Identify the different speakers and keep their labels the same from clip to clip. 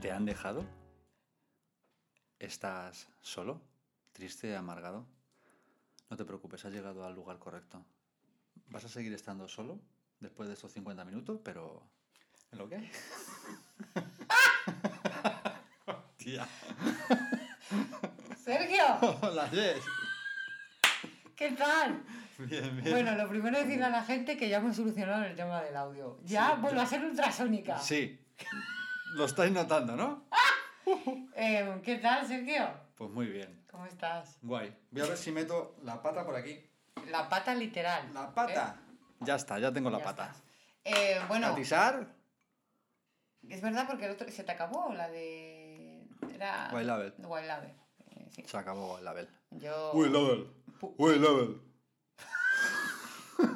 Speaker 1: ¿Te han dejado? ¿Estás solo? ¿Triste? ¿Amargado? No te preocupes, has llegado al lugar correcto. Vas a seguir estando solo después de estos 50 minutos, pero... ¿En lo que hay? Tía.
Speaker 2: Sergio,
Speaker 1: Hola, Jess.
Speaker 2: ¿qué tal?
Speaker 1: Bien, bien.
Speaker 2: Bueno, lo primero es decirle a la gente que ya hemos solucionado el tema del audio. Ya
Speaker 1: Sí,
Speaker 2: vuelvo
Speaker 1: ya.
Speaker 2: a ser ultrasónica.
Speaker 1: Sí. Lo estáis notando, ¿no?
Speaker 2: Eh, ¿Qué tal, Sergio?
Speaker 1: Pues muy bien.
Speaker 2: ¿Cómo estás?
Speaker 1: Guay. Voy a ver si meto la pata por aquí.
Speaker 2: La pata literal.
Speaker 1: La pata. Ya está, ya tengo la
Speaker 2: ¿Eh? Ya
Speaker 1: pata.
Speaker 2: está. ¿eh? Eh, bueno,
Speaker 1: ¿Atizar?
Speaker 2: es verdad porque el otro se te acabó la de... Era...
Speaker 1: Wild Label.
Speaker 2: Wild Label, eh, sí.
Speaker 1: Se acabó Oh. el label.
Speaker 2: Yo...
Speaker 1: Will Lovell.
Speaker 2: Pu-
Speaker 1: Will Lovell.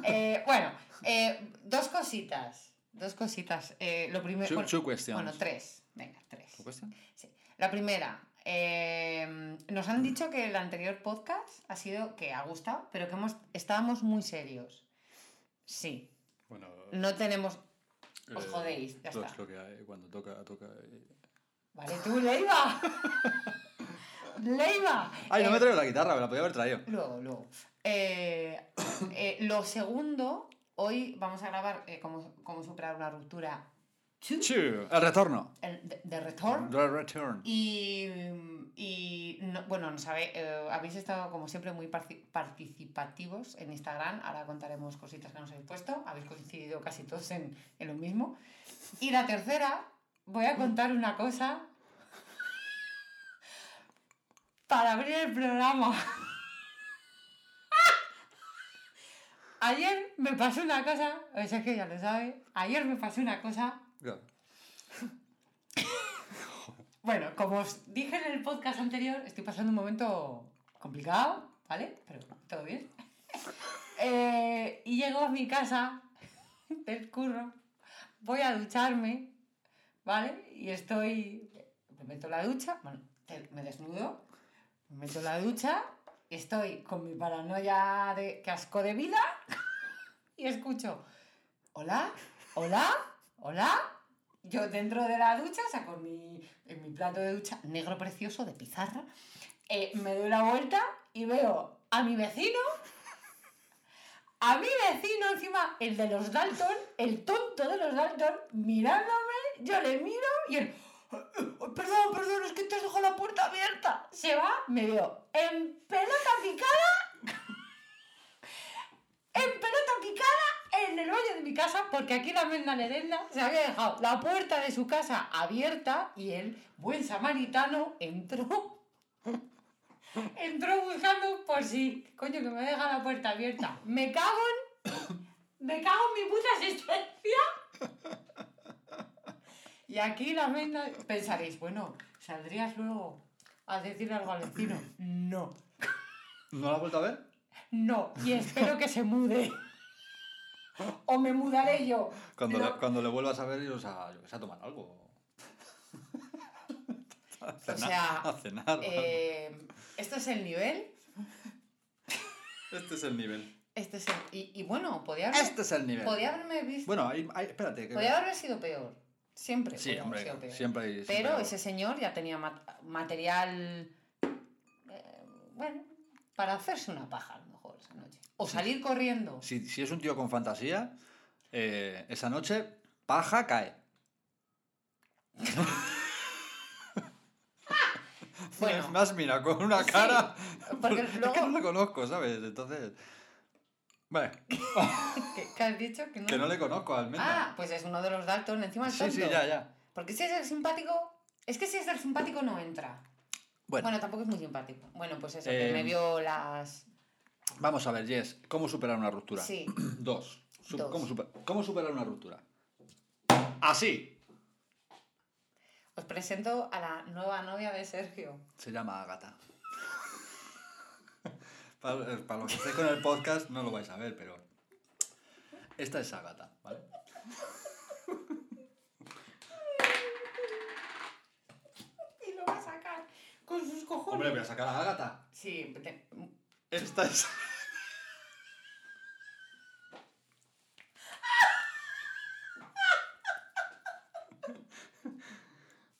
Speaker 2: Eh, bueno, eh, dos cositas. Dos cositas. Eh, lo primero...
Speaker 1: Two-
Speaker 2: bueno,
Speaker 1: two questions.
Speaker 2: Bueno, tres. Venga, tres.
Speaker 1: ¿Tu cuestión?
Speaker 2: Sí. La primera, eh, nos han dicho que el anterior podcast ha sido que ha gustado, pero que hemos, estábamos muy serios. Sí,
Speaker 1: Bueno,
Speaker 2: no tenemos...
Speaker 1: Mm.
Speaker 2: Os jodéis, ya
Speaker 1: esto
Speaker 2: está.
Speaker 1: es lo que hay cuando toca, toca. eh.
Speaker 2: Vale, tú, Leiva. Leiva.
Speaker 1: Ay, no
Speaker 2: Eh,
Speaker 1: me traigo la guitarra, me la podía haber traído.
Speaker 2: Luego, luego. Eh, eh, lo segundo, hoy vamos a grabar eh, cómo, cómo superar una ruptura two,
Speaker 1: Chu, el retorno.
Speaker 2: el- de, de retorno.
Speaker 1: The return.
Speaker 2: Y, mm, y no- bueno, no sabe, eh, habéis estado como siempre muy parci- participativos en Instagram, ahora contaremos cositas que nos habéis puesto, habéis coincidido casi todos en, en lo mismo. Y la tercera, voy a contar una cosa para abrir el programa. Ayer me pasó una cosa, o sea que ya lo sabe, ayer me pasó una cosa
Speaker 1: Ya.
Speaker 2: bueno, como os dije en el podcast anterior, estoy pasando un momento complicado, ¿vale? Pero todo bien. Eh, y llego a mi casa del curro, voy a ducharme, ¿vale? Y estoy. Me meto en la ducha, bueno, te- me desnudo, me meto en la ducha, estoy con mi paranoia de que asco de vida y escucho: Hola, hola, hola. Yo dentro de la ducha saco mi, en mi plato de ducha negro precioso de pizarra, eh, me doy la vuelta y veo a mi vecino, a mi vecino encima, el de los Dalton, el tonto de los Dalton, mirándome, yo le miro y él, "Oh, perdón, perdón, es que te has dejado la puerta abierta. Se va, me veo en pelota picada, en pelota picada en el baño de mi casa, porque aquí la menda Lerenda se había dejado la puerta de su casa abierta y el buen samaritano entró. Entró buscando por si, coño, que me deja la puerta abierta. Me cago en. Me cago en mi puta existencia. Y aquí la menda. Pensaréis, bueno, ¿saldrías luego a decirle algo al vecino? No.
Speaker 1: ¿No la has vuelto a ver?
Speaker 2: No, y espero que se mude. O me mudaré yo.
Speaker 1: Cuando,
Speaker 2: No.
Speaker 1: le, cuando le vuelvas a ver, iros a, yo que sé, a tomar algo. a cenar.
Speaker 2: sea,
Speaker 1: a cenar. o
Speaker 2: Eh, esto es el nivel.
Speaker 1: algo. Este es el nivel.
Speaker 2: Este es el, y, y bueno, podía haber-
Speaker 1: Este es el nivel.
Speaker 2: podía haberme visto.
Speaker 1: Bueno, hay, hay- espérate. Que...
Speaker 2: podía haber sido peor. Siempre.
Speaker 1: Sí,
Speaker 2: podía haber
Speaker 1: hombre,
Speaker 2: sido peor.
Speaker 1: siempre hay. siempre
Speaker 2: Pero
Speaker 1: hay-
Speaker 2: ese señor ya tenía mat- material. eh, bueno, para hacerse una paja a lo mejor esa noche. O salir corriendo.
Speaker 1: Si, si es un tío con fantasía, eh, esa noche Paja cae.
Speaker 2: Bueno.
Speaker 1: Me has mirado con una
Speaker 2: Sí,
Speaker 1: cara.
Speaker 2: porque
Speaker 1: es que
Speaker 2: luego-
Speaker 1: no le conozco, ¿sabes? Entonces. Bueno,
Speaker 2: ¿Qué, qué has dicho? Que no,
Speaker 1: que no le conozco al menos.
Speaker 2: Ah, pues es uno de los Dalton, encima es
Speaker 1: sí,
Speaker 2: tonto.
Speaker 1: sí, ya, ya.
Speaker 2: Porque si es el simpático... Es que si es el simpático no entra.
Speaker 1: Bueno,
Speaker 2: Bueno, tampoco es muy simpático. Bueno, pues eso,
Speaker 1: Eh,
Speaker 2: que me vio las...
Speaker 1: vamos a ver, Jess. ¿Cómo superar una ruptura?
Speaker 2: Sí.
Speaker 1: Dos. Su-
Speaker 2: Dos.
Speaker 1: ¿Cómo, super- cómo superar una ruptura? Así.
Speaker 2: Os presento a la nueva novia de Sergio.
Speaker 1: Se llama Agata. para, eh, para los que estéis con el podcast no lo vais a ver, pero. Esta es Agata, ¿vale?
Speaker 2: Y lo va a sacar con sus cojones.
Speaker 1: Hombre, voy a sacar a Agata.
Speaker 2: Sí, te-
Speaker 1: Esta es.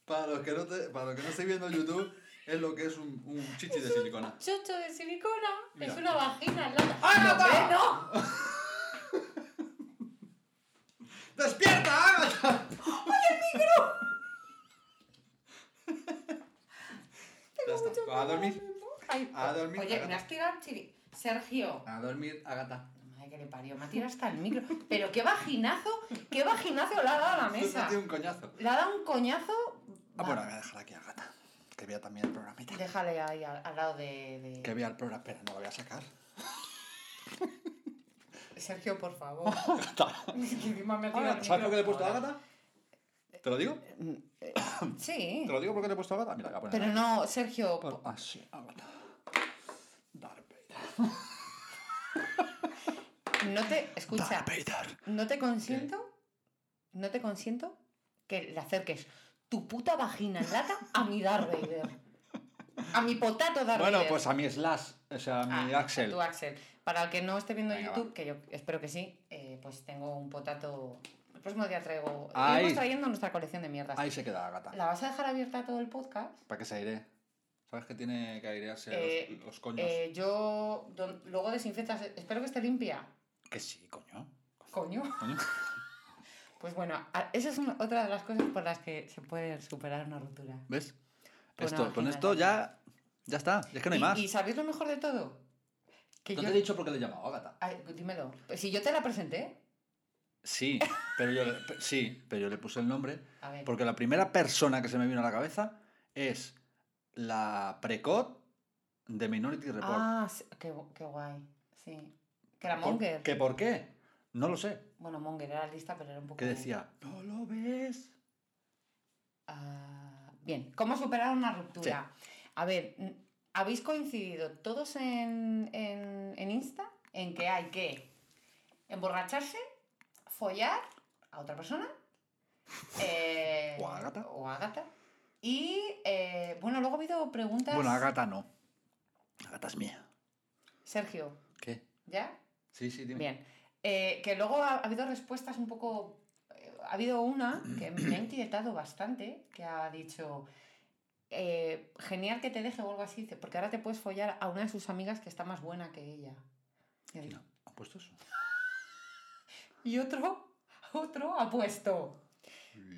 Speaker 1: Para los que no, te, para los que no estéis viendo en YouTube, es lo que es un, un chichi de silicona.
Speaker 2: chocho de silicona.
Speaker 1: Mira.
Speaker 2: Es una vagina. al lado.
Speaker 1: ¡Ágata!
Speaker 2: ¡Ah, ¡No, hombre,
Speaker 1: ¡Despierta, Ágata! ¡Oye, el
Speaker 2: no!
Speaker 1: micro!
Speaker 2: Mucho
Speaker 1: a dormir.
Speaker 2: miedo. Ay,
Speaker 1: A dormir,
Speaker 2: Oye, me
Speaker 1: Ágata.
Speaker 2: has tirado chiri. Sergio.
Speaker 1: A dormir, Ágata.
Speaker 2: Madre que le parió, me ha tirado hasta el micro. Pero qué vaginazo, qué vaginazo le ha dado a la
Speaker 1: Esto
Speaker 2: mesa.
Speaker 1: tiene un coñazo.
Speaker 2: Le ha dado un coñazo.
Speaker 1: Ah, bueno,
Speaker 2: Va,
Speaker 1: voy a dejar aquí a Ágata. Que vea también el programita.
Speaker 2: Déjale ahí al, al lado de, de-
Speaker 1: Que vea el programa. Espera, no lo voy a sacar.
Speaker 2: Sergio, por favor.
Speaker 1: Ágata.
Speaker 2: Es que encima me ha tirado el
Speaker 1: Ágata, ¿Sabes por
Speaker 2: micro.
Speaker 1: qué le he puesto a
Speaker 2: Ahora.
Speaker 1: Ágata? ¿Te lo digo?
Speaker 2: Sí.
Speaker 1: ¿Te lo digo porque le he puesto a Agatha? Mira, la voy a poner ahí.
Speaker 2: Pero no, Sergio,
Speaker 1: Por- Ah, sí, Agatha. Darth Vader.
Speaker 2: no te. Escucha,
Speaker 1: Darth Vader.
Speaker 2: no te consiento. No te consiento que le acerques tu puta vagina en lata a mi Darth Vader. A mi potato Darth
Speaker 1: Bueno,
Speaker 2: Vader.
Speaker 1: pues a mi Slash, o sea, a mi
Speaker 2: Ah,
Speaker 1: Axel.
Speaker 2: Tu Axel. Para el que no esté viendo
Speaker 1: Venga,
Speaker 2: YouTube, que yo espero que sí, eh, pues tengo un potato. El próximo día traigo.
Speaker 1: Ahí.
Speaker 2: Iremos trayendo nuestra colección de mierdas.
Speaker 1: Ahí se queda Agatha.
Speaker 2: ¿La vas a dejar abierta todo el podcast?
Speaker 1: Para que se aire. ¿Sabes que tiene que airearse
Speaker 2: Eh,
Speaker 1: los, los coños?
Speaker 2: Eh, yo. don- luego desinfectas. Espero que esté limpia.
Speaker 1: que sí, coño.
Speaker 2: Coño.
Speaker 1: Coño.
Speaker 2: Pues bueno, a- esa es una- otra de las cosas por las que se puede superar una ruptura.
Speaker 1: ¿Ves?
Speaker 2: Con
Speaker 1: esto,
Speaker 2: una
Speaker 1: con
Speaker 2: vagina
Speaker 1: esto
Speaker 2: de
Speaker 1: ya, ya está. Es que no hay
Speaker 2: ¿Y,
Speaker 1: más.
Speaker 2: y sabéis lo mejor de todo? Que
Speaker 1: No
Speaker 2: yo...
Speaker 1: te he dicho por qué le he llamado Agatha.
Speaker 2: Ay, dímelo. Pues Si yo te la presenté.
Speaker 1: Sí, pero yo le- pe- sí, pero yo le puse el nombre
Speaker 2: A ver.
Speaker 1: Porque la primera persona que se me vino a la cabeza es la precot de Minority Report.
Speaker 2: Ah, sí, qué, gu- qué guay. Sí. Que era
Speaker 1: ¿Por-
Speaker 2: Monger.
Speaker 1: ¿Que por qué? No lo sé.
Speaker 2: Bueno, Monger era lista, pero era un poco...
Speaker 1: Que decía, ¿no lo ves?
Speaker 2: Ah, bien, ¿cómo superar una ruptura? A ver, mm, ¿habéis coincidido todos en, en, en Insta en que hay que emborracharse, follar a otra persona? eh,
Speaker 1: O a Ágata.
Speaker 2: o a Ágata, Y eh, bueno, luego ha habido preguntas.
Speaker 1: Bueno, Agata no. Agata es mía.
Speaker 2: Sergio,
Speaker 1: ¿Qué?
Speaker 2: ¿ya?
Speaker 1: Sí, sí, dime.
Speaker 2: Bien. Eh, que luego ha, ha habido respuestas un poco. eh, ha habido una que me ha inquietado bastante, que ha dicho. eh, genial que te deje o algo así, dice, porque ahora te puedes follar a una de sus amigas que está más buena que ella. Y, yo digo,
Speaker 1: Mira, ¿Ha puesto eso?
Speaker 2: "Y otro, otro ha puesto.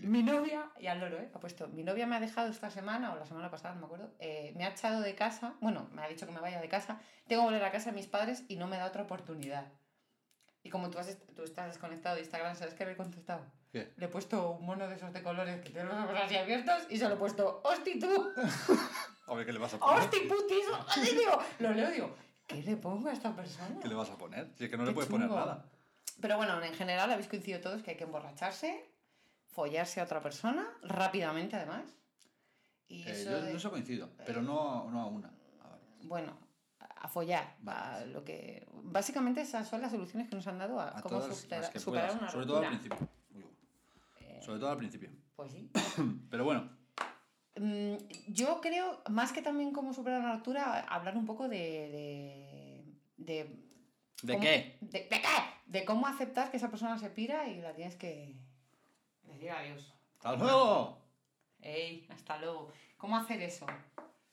Speaker 2: Mi novia, y al loro, ¿eh? ha puesto, mi novia me ha dejado esta semana o la semana pasada, no me acuerdo, eh, me ha echado de casa, bueno, me ha dicho que me vaya de casa, tengo que volver a casa de mis padres y no me da otra oportunidad. Y como tú, has est- tú estás desconectado de Instagram, ¿sabes qué le he contestado?
Speaker 1: ¿Qué?
Speaker 2: Le he puesto un mono de esos de colores que tiene los ojos así abiertos y se lo he puesto, hosti tú,
Speaker 1: A ver, ¿qué le
Speaker 2: ¡Oh,
Speaker 1: vas a poner?
Speaker 2: hosti putis, así digo, lo leo y digo, ¿qué le pongo a esta persona?
Speaker 1: ¿Qué le vas a poner? Si es que no
Speaker 2: Qué
Speaker 1: le puedes poner
Speaker 2: chungo.
Speaker 1: nada.
Speaker 2: Pero bueno, en general habéis coincidido todos que hay que emborracharse, follarse a otra persona, rápidamente además. Y
Speaker 1: Eh,
Speaker 2: eso
Speaker 1: yo
Speaker 2: de- eh,
Speaker 1: en eso coincido, pero no, no a una. A ver.
Speaker 2: bueno, a follar, a lo que... Básicamente esas son las soluciones que nos han dado a,
Speaker 1: A
Speaker 2: cómo
Speaker 1: todas las
Speaker 2: supera-
Speaker 1: que
Speaker 2: superar
Speaker 1: puedas,
Speaker 2: una
Speaker 1: Sobre todo al
Speaker 2: ruptura.
Speaker 1: principio.
Speaker 2: Eh,
Speaker 1: Sobre todo al principio.
Speaker 2: pues sí.
Speaker 1: Pero bueno,
Speaker 2: Mm, yo creo, más que también cómo superar una ruptura, hablar un poco de... de, de
Speaker 1: ¿de
Speaker 2: cómo-
Speaker 1: qué?
Speaker 2: De, de qué? De cómo aceptar que esa persona se pira y la tienes que decir adiós.
Speaker 1: ¡Hasta luego!
Speaker 2: ¡Ey! Hasta luego. ¿Cómo hacer eso?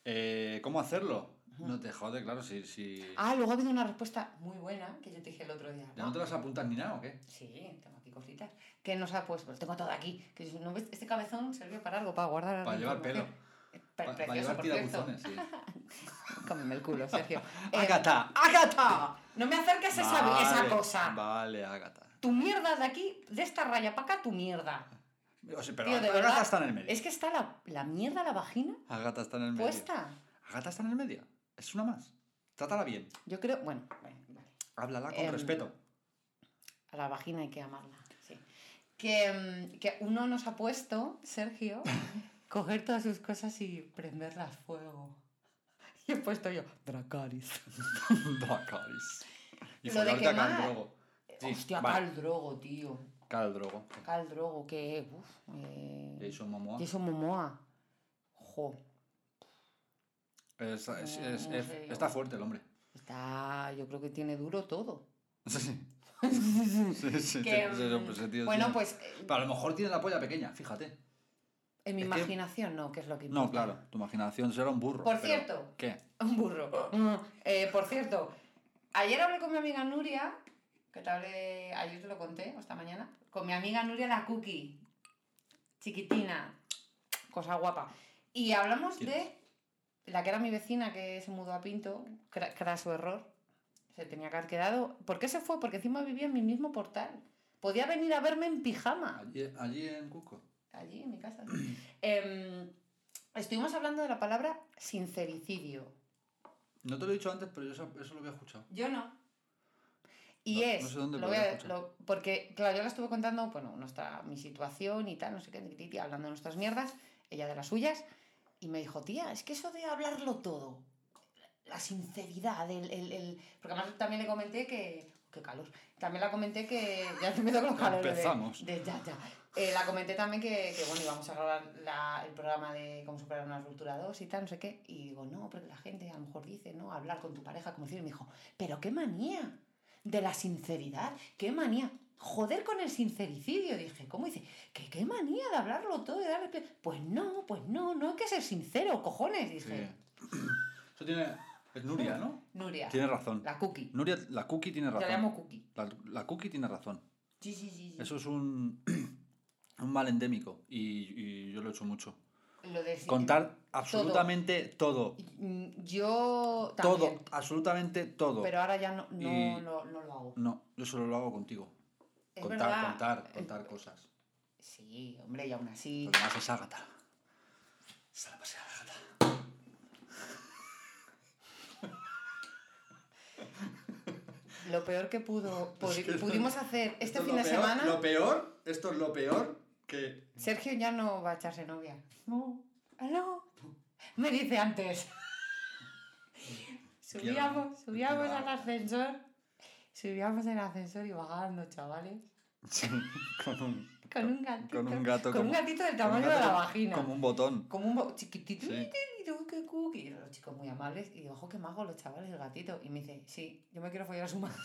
Speaker 1: Eh, ¿Cómo hacerlo? No te jode, claro, si... si...
Speaker 2: Ah, luego ha habido una respuesta muy buena que yo te dije el otro día.
Speaker 1: ¿Ya no te las apuntas ni nada o qué?
Speaker 2: Sí, tengo aquí cositas. Que nos ha puesto, lo tengo todo aquí. Que dices, ¿no ves? Este cabezón sirvió para algo, para guardar.
Speaker 1: Para
Speaker 2: la
Speaker 1: llevar pelo.
Speaker 2: información. Pre-
Speaker 1: Para,
Speaker 2: precioso,
Speaker 1: llevar
Speaker 2: por cierto.
Speaker 1: tirabuzones, sí.
Speaker 2: Cómeme el culo, Sergio. Eh,
Speaker 1: ¡Ágata!
Speaker 2: ¡Ágata! No me acerques a esa, esa
Speaker 1: Vale,
Speaker 2: cosa.
Speaker 1: Vale, Ágata.
Speaker 2: Tu mierda de aquí, de esta raya para acá, tu mierda.
Speaker 1: O sea, pero
Speaker 2: Tío, de
Speaker 1: Ágata
Speaker 2: verdad,
Speaker 1: está en el medio.
Speaker 2: Es que está la, la mierda, la vagina
Speaker 1: Ágata está en el medio.
Speaker 2: puesta.
Speaker 1: Ágata está en el medio. Es una más. Trátala bien.
Speaker 2: Yo creo, bueno, bueno, vale.
Speaker 1: Háblala con
Speaker 2: Em,
Speaker 1: respeto.
Speaker 2: A la vagina hay que amarla, sí. Que, mm, que uno nos ha puesto, Sergio, coger todas sus cosas y prenderlas fuego. Y he puesto yo, Dracaris.
Speaker 1: Dracaris. Y
Speaker 2: Lo de
Speaker 1: follarte a Cal
Speaker 2: quemar.
Speaker 1: Drogo. Sí,
Speaker 2: Hostia,
Speaker 1: vale.
Speaker 2: cal drogo, tío.
Speaker 1: Cal Drogo.
Speaker 2: Cal drogo, que. Uf, eh,
Speaker 1: Jason Momoa.
Speaker 2: Jason Momoa. Jo.
Speaker 1: Es- es- es-
Speaker 2: No, no
Speaker 1: es-
Speaker 2: sé yo.
Speaker 1: está fuerte el hombre.
Speaker 2: Está. Yo creo que tiene duro todo.
Speaker 1: Sí, sí. Sí, sí,
Speaker 2: Que,
Speaker 1: sí, sí,
Speaker 2: mm,
Speaker 1: pues ese tío
Speaker 2: bueno,
Speaker 1: tiene-
Speaker 2: pues eh,
Speaker 1: Pero a lo mejor tiene la polla pequeña, fíjate.
Speaker 2: en mi
Speaker 1: es que-
Speaker 2: imaginación no, que es lo que
Speaker 1: No,
Speaker 2: importa.
Speaker 1: claro, tu imaginación será un burro.
Speaker 2: Por
Speaker 1: pero-
Speaker 2: cierto.
Speaker 1: ¿Qué?
Speaker 2: Un burro. Mm, eh, por cierto, ayer hablé con mi amiga Nuria, que te hablé, ayer te lo conté, o esta mañana, con mi amiga Nuria la Cookie, chiquitina, cosa guapa. Y hablamos
Speaker 1: ¿Quién
Speaker 2: de la que era mi vecina que se mudó a Pinto, cra- craso error, se tenía que haber quedado. ¿Por qué se fue? Porque encima vivía en mi mismo portal. Podía venir a verme en pijama
Speaker 1: Allí, allí en Cusco.
Speaker 2: allí en mi casa. Em, estuvimos hablando de la palabra sincericidio.
Speaker 1: No te lo he dicho antes, pero yo eso, eso lo había escuchado.
Speaker 2: Yo no. Y
Speaker 1: No-
Speaker 2: es,
Speaker 1: no sé dónde,
Speaker 2: lo
Speaker 1: pero
Speaker 2: voy
Speaker 1: lo
Speaker 2: a-
Speaker 1: escucho.
Speaker 2: lo- porque claro, yo le estuve contando, bueno, nuestra, mi situación y tal, no sé qué, tiquititi, hablando de nuestras mierdas, ella de las suyas, y me dijo, tía, es que eso de hablarlo todo, la sinceridad, el, el- el-". porque además también le comenté que, qué calor, también la comenté que, ya te meto con los
Speaker 1: Ya
Speaker 2: calores de-
Speaker 1: empezamos.
Speaker 2: de- ya, ya. Eh, la comenté también que, que, bueno, íbamos a grabar la- el programa de cómo superar una ruptura 2 y tal, no sé qué, y digo, no, porque la gente a lo mejor dice, no, hablar con tu pareja, como decir, y me dijo, pero qué manía de la sinceridad, qué manía. Joder con el sincericidio, dije. ¿Cómo dice? ¿Qué, qué manía de hablarlo todo y darle pie? Pues no, pues no, no hay que ser sincero, cojones,
Speaker 1: Sí.
Speaker 2: dije.
Speaker 1: Eso tiene. Es Nuria, ¿no?
Speaker 2: Nuria,
Speaker 1: Tiene razón.
Speaker 2: la cookie.
Speaker 1: Nuria, la cookie tiene
Speaker 2: Yo la
Speaker 1: razón.
Speaker 2: llamo cookie.
Speaker 1: La, la cookie tiene razón.
Speaker 2: Sí, sí, sí. sí.
Speaker 1: Eso es un, un mal endémico y, y yo lo he hecho mucho.
Speaker 2: Lo de sin-
Speaker 1: Contar absolutamente todo.
Speaker 2: Mm, Yo
Speaker 1: Todo,
Speaker 2: también.
Speaker 1: absolutamente todo.
Speaker 2: Pero ahora ya no, no,
Speaker 1: Y-
Speaker 2: no- no lo hago.
Speaker 1: No, yo solo lo hago contigo.
Speaker 2: Es
Speaker 1: Contar,
Speaker 2: verdad.
Speaker 1: contar,
Speaker 2: Eh,
Speaker 1: contar cosas.
Speaker 2: Sí, hombre, y aún así.
Speaker 1: Lo demás es Ágata. Se la pasea Ágata.
Speaker 2: Lo peor que pudo, pudi-
Speaker 1: Pues que no-
Speaker 2: pudimos hacer este
Speaker 1: Esto es
Speaker 2: fin
Speaker 1: lo
Speaker 2: de
Speaker 1: peor-
Speaker 2: semana.
Speaker 1: Lo peor, esto es lo peor que.
Speaker 2: Sergio ya no va a echarse novia. No. No. Me dice antes. subíamos, subíamos
Speaker 1: Quiero
Speaker 2: al
Speaker 1: agua.
Speaker 2: ascensor. Subíamos el ascensor y bajando, chavales.
Speaker 1: con un,
Speaker 2: Con un gatito.
Speaker 1: con un gato.
Speaker 2: con un
Speaker 1: como-
Speaker 2: gatito
Speaker 1: con un
Speaker 2: del tamaño
Speaker 1: gato
Speaker 2: de la
Speaker 1: como-
Speaker 2: vagina.
Speaker 1: Como un botón.
Speaker 2: Como un bo- chiquitito.
Speaker 1: Sí.
Speaker 2: Y digo, qué cookie. Y los chicos muy amables. Y digo, ojo, qué mago los chavales, el gatito. Y me dice, sí, yo me quiero follar a su madre.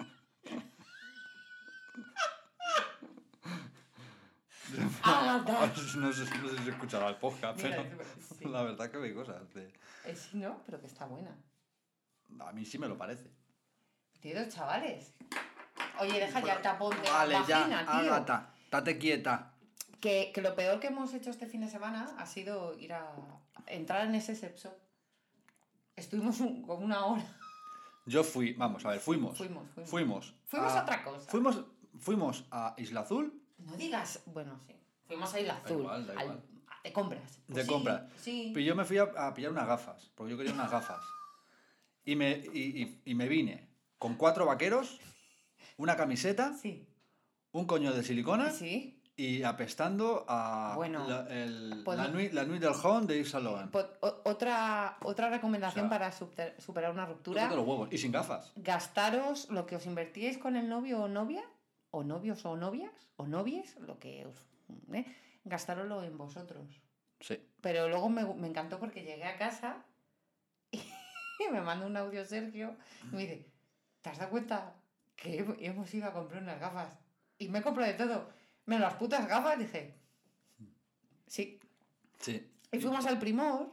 Speaker 2: Ágata.
Speaker 1: No sé, no sé si se escuchará el podcast,
Speaker 2: Ah, Mira,
Speaker 1: Ah, pero
Speaker 2: sí.
Speaker 1: la verdad que hay cosas. de-
Speaker 2: Eh, sí, no, pero que está buena.
Speaker 1: A mí sí me lo parece.
Speaker 2: Tío, chavales. Oye, deja ya el
Speaker 1: Bueno,
Speaker 2: tapón de
Speaker 1: Vale,
Speaker 2: la
Speaker 1: ya,
Speaker 2: vagina, tío.
Speaker 1: Ágata, date quieta.
Speaker 2: Que, que lo peor que hemos hecho este fin de semana ha sido ir a entrar en ese sepso. Estuvimos un- con una hora.
Speaker 1: Yo fui, vamos, a ver, fuimos.
Speaker 2: Fuimos, fuimos.
Speaker 1: Fuimos.
Speaker 2: Fuimos
Speaker 1: a-
Speaker 2: a otra cosa.
Speaker 1: Fuimos, fuimos a Isla Azul
Speaker 2: No digas, bueno, sí. Fuimos a Isla
Speaker 1: Da
Speaker 2: Azul.
Speaker 1: igual, da
Speaker 2: al-
Speaker 1: igual.
Speaker 2: a- de compras.
Speaker 1: De
Speaker 2: sí,
Speaker 1: compras.
Speaker 2: Sí.
Speaker 1: y yo me fui a, a pillar unas gafas, porque yo quería unas gafas. Y me, y, y- y me vine con cuatro vaqueros, una camiseta,
Speaker 2: Sí.
Speaker 1: un coño de silicona
Speaker 2: Sí.
Speaker 1: y apestando a
Speaker 2: Bueno,
Speaker 1: la, el-
Speaker 2: pues
Speaker 1: la,
Speaker 2: no.
Speaker 1: nui- la Nuit del Home de Yves Saint Laurent.
Speaker 2: Pot- Pues, o- otra, otra recomendación
Speaker 1: O sea,
Speaker 2: para subter- superar una ruptura.
Speaker 1: Tócate los huevos y sin gafas.
Speaker 2: gastaros lo que os invertíais con el novio o novia, o novios o novias, o novies, lo que os. ¿eh? Gastároslo en vosotros.
Speaker 1: Sí.
Speaker 2: Pero luego me, me encantó porque llegué a casa y me manda un audio Sergio y me dice: ¿Te has dado cuenta que hem- hemos ido a comprar unas gafas? Y me he comprado de todo, menos las putas gafas, dije. Sí.
Speaker 1: Sí.
Speaker 2: Y fuimos al primor.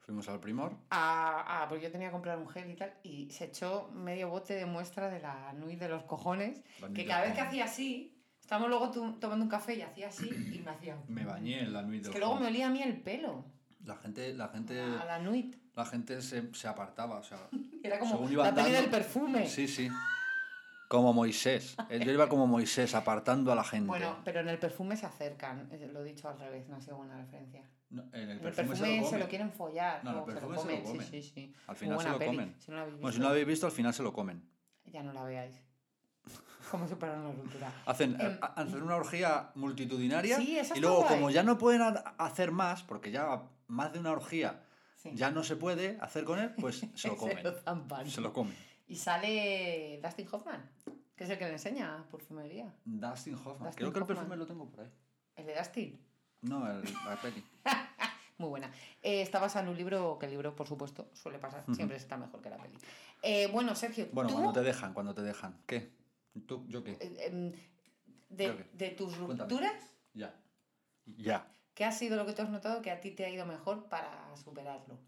Speaker 1: Fuimos al primor.
Speaker 2: a, a- porque yo tenía que comprar un gel y tal, y se echó medio bote de muestra de la nuit de los cojones, que
Speaker 1: Bandida
Speaker 2: cada vez que
Speaker 1: con-
Speaker 2: hacía así, estábamos luego tu- tomando un café y hacía así, y me hacía...
Speaker 1: Me bañé en la nuit
Speaker 2: Es
Speaker 1: del
Speaker 2: que luego me
Speaker 1: juego.
Speaker 2: olía a mí el pelo,
Speaker 1: La gente, la gente,
Speaker 2: a la nuit.
Speaker 1: la gente se, se apartaba, o sea...
Speaker 2: Era como
Speaker 1: Según iba
Speaker 2: la peli
Speaker 1: andando-
Speaker 2: del perfume.
Speaker 1: Sí, sí. Como Moisés. Yo iba como Moisés, apartando a la gente.
Speaker 2: Bueno, pero en el perfume se acercan, eh, lo he dicho al revés, no ha sido buena referencia.
Speaker 1: No, en el
Speaker 2: En el
Speaker 1: perfume, se lo, comen.
Speaker 2: quieren follar.
Speaker 1: No, en el
Speaker 2: o se lo
Speaker 1: perfume se lo
Speaker 2: comen,
Speaker 1: comen.
Speaker 2: Sí, sí, sí.
Speaker 1: Al final
Speaker 2: Muy
Speaker 1: se
Speaker 2: buena
Speaker 1: lo
Speaker 2: peli,
Speaker 1: comen.
Speaker 2: Si no la habéis
Speaker 1: Bueno, si
Speaker 2: visto,
Speaker 1: no lo habéis visto, al final se lo comen.
Speaker 2: ya no la veáis. Como superaron la ruptura.
Speaker 1: Hacen,
Speaker 2: Em.
Speaker 1: ha- hacen una orgía multitudinaria
Speaker 2: Sí, esa
Speaker 1: y
Speaker 2: está
Speaker 1: luego
Speaker 2: guay.
Speaker 1: como ya no pueden ha- hacer más, porque ya más de una orgía
Speaker 2: Sí.
Speaker 1: ya no se puede hacer con él, pues se lo comen.
Speaker 2: zampan.
Speaker 1: se lo comen.
Speaker 2: Y sale Dustin Hoffman, que es el que le enseña perfumería.
Speaker 1: Dustin Hoffman.
Speaker 2: Dustin
Speaker 1: Creo que el
Speaker 2: Hoffman.
Speaker 1: perfume lo tengo por ahí.
Speaker 2: El de Dustin.
Speaker 1: No, el, la peli.
Speaker 2: Muy buena. Eh, está basada en un libro, que el libro, por supuesto, suele pasar.
Speaker 1: Ujú.
Speaker 2: Siempre está mejor que la peli. Eh, bueno, Sergio,
Speaker 1: Bueno,
Speaker 2: tú,
Speaker 1: cuando te dejan, cuando te dejan. ¿Qué? ¿Tú, ¿Yo qué?
Speaker 2: eh, em,
Speaker 1: Yo
Speaker 2: de,
Speaker 1: qué.
Speaker 2: de tus
Speaker 1: Cuéntame.
Speaker 2: rupturas,
Speaker 1: Ya. Ya.
Speaker 2: ¿qué ha sido lo que tú has notado que a ti te ha ido mejor para superarlo?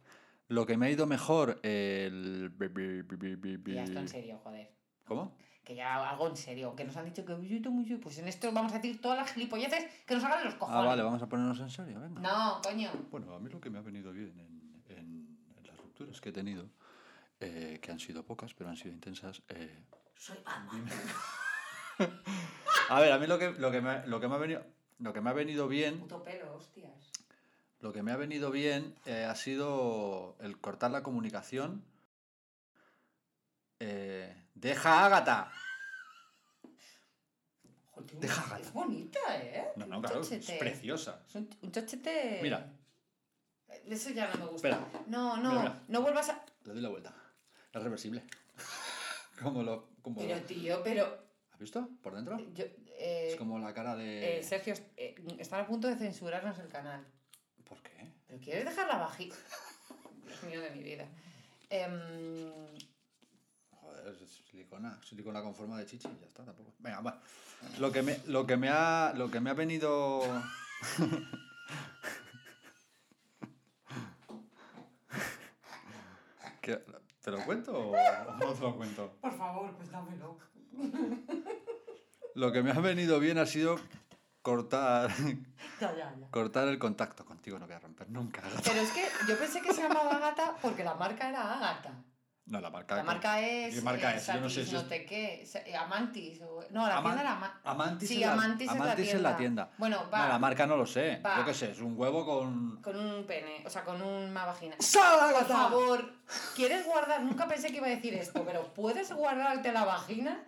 Speaker 1: Lo que me ha ido mejor, el... bi- bi- bi- bi- bi- bi-
Speaker 2: Ya esto en serio, joder.
Speaker 1: ¿Cómo? Ah,
Speaker 2: Que ya algo en serio, que nos han dicho que "Uy, tú, uy, uy", pues en esto vamos a decir todas las gilipolleces que nos hagan los cojones.
Speaker 1: Ah, vale, vamos a ponernos en serio, venga.
Speaker 2: No, coño.
Speaker 1: Bueno, a mí lo que me ha venido bien en, en- en las rupturas que he tenido, eh, que han sido pocas, pero han sido intensas... eh,
Speaker 2: Soy Batman.
Speaker 1: A ver, a mí lo que, lo que, me, ha- lo que me ha venido... Lo que me ha venido bien,
Speaker 2: Puto pelo, hostias.
Speaker 1: lo que me ha venido bien eh, ha sido el cortar la comunicación. Eh, deja a Ágata.
Speaker 2: Joder,
Speaker 1: Deja gata.
Speaker 2: es bonita, ¿eh?
Speaker 1: No, no,
Speaker 2: Un
Speaker 1: claro, es
Speaker 2: chochete.
Speaker 1: preciosa.
Speaker 2: Es Un, un chochete.
Speaker 1: Mira.
Speaker 2: Eh, Eso ya no me gusta.
Speaker 1: Espera.
Speaker 2: No, no,
Speaker 1: Mira, mira.
Speaker 2: no vuelvas a.
Speaker 1: Le doy la vuelta. Es reversible. como lo... Como
Speaker 2: Pero tío, pero.
Speaker 1: ¿Has visto? ¿Por dentro?
Speaker 2: Yo, eh,
Speaker 1: es como la cara de...
Speaker 2: eh, Sergio, eh, están a punto de censurarnos el canal.
Speaker 1: ¿Por qué?
Speaker 2: ¿Pero quieres dejarla bajita? Dios mío de mi vida. Em,
Speaker 1: Joder, es silicona. Silicona con forma de chichi, ya está, tampoco. Venga, va. Lo que me, lo que me, ha, lo que me ha venido... ¿Qué? ¿Te lo cuento o o no te lo cuento?
Speaker 2: por favor, pues cuéntamelo.
Speaker 1: Lo que me ha venido bien ha sido cortar,
Speaker 2: Ya, ya, ya.
Speaker 1: cortar el contacto. Contigo no voy a romper nunca. Agatha.
Speaker 2: Pero es que yo pensé que se llamaba Agata porque la marca era Agata.
Speaker 1: No, la marca...
Speaker 2: La marca es.
Speaker 1: ¿Qué marca
Speaker 2: eh,
Speaker 1: es? Yo no sé
Speaker 2: Satis,
Speaker 1: si es-
Speaker 2: no te qué. Sa- eh, Amantis. o- No, la
Speaker 1: Ama-
Speaker 2: tienda era Ama-
Speaker 1: Amantis,
Speaker 2: Sí,
Speaker 1: es la-
Speaker 2: Amantis,
Speaker 1: Amantis
Speaker 2: es, la tienda. Bueno, va.
Speaker 1: No, la marca no lo sé.
Speaker 2: Va.
Speaker 1: Yo qué sé, es un huevo con...
Speaker 2: Con un pene, o sea, con una vagina. Por
Speaker 1: ¡Sálagata!
Speaker 2: favor, ¿quieres guardar? Nunca pensé que iba a decir esto, pero ¿puedes guardarte la vagina?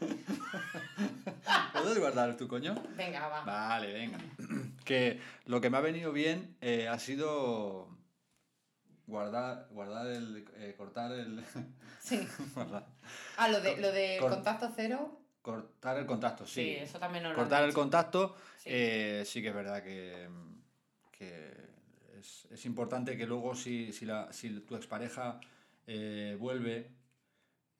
Speaker 1: ¿Puedes guardar tu coño?
Speaker 2: Venga, va.
Speaker 1: Vale, venga. Que lo que me ha venido bien eh, ha sido guardar, guardar el, eh, cortar el,
Speaker 2: Sí.
Speaker 1: guardar-
Speaker 2: Ah, lo de, lo de
Speaker 1: Con-
Speaker 2: contacto cero.
Speaker 1: cortar el contacto, sí.
Speaker 2: Sí, eso también no lo
Speaker 1: cortar
Speaker 2: han
Speaker 1: el
Speaker 2: dicho.
Speaker 1: contacto,
Speaker 2: Sí.
Speaker 1: eh, sí que es verdad que, que es, es importante que luego si, si, la, si tu expareja eh, vuelve,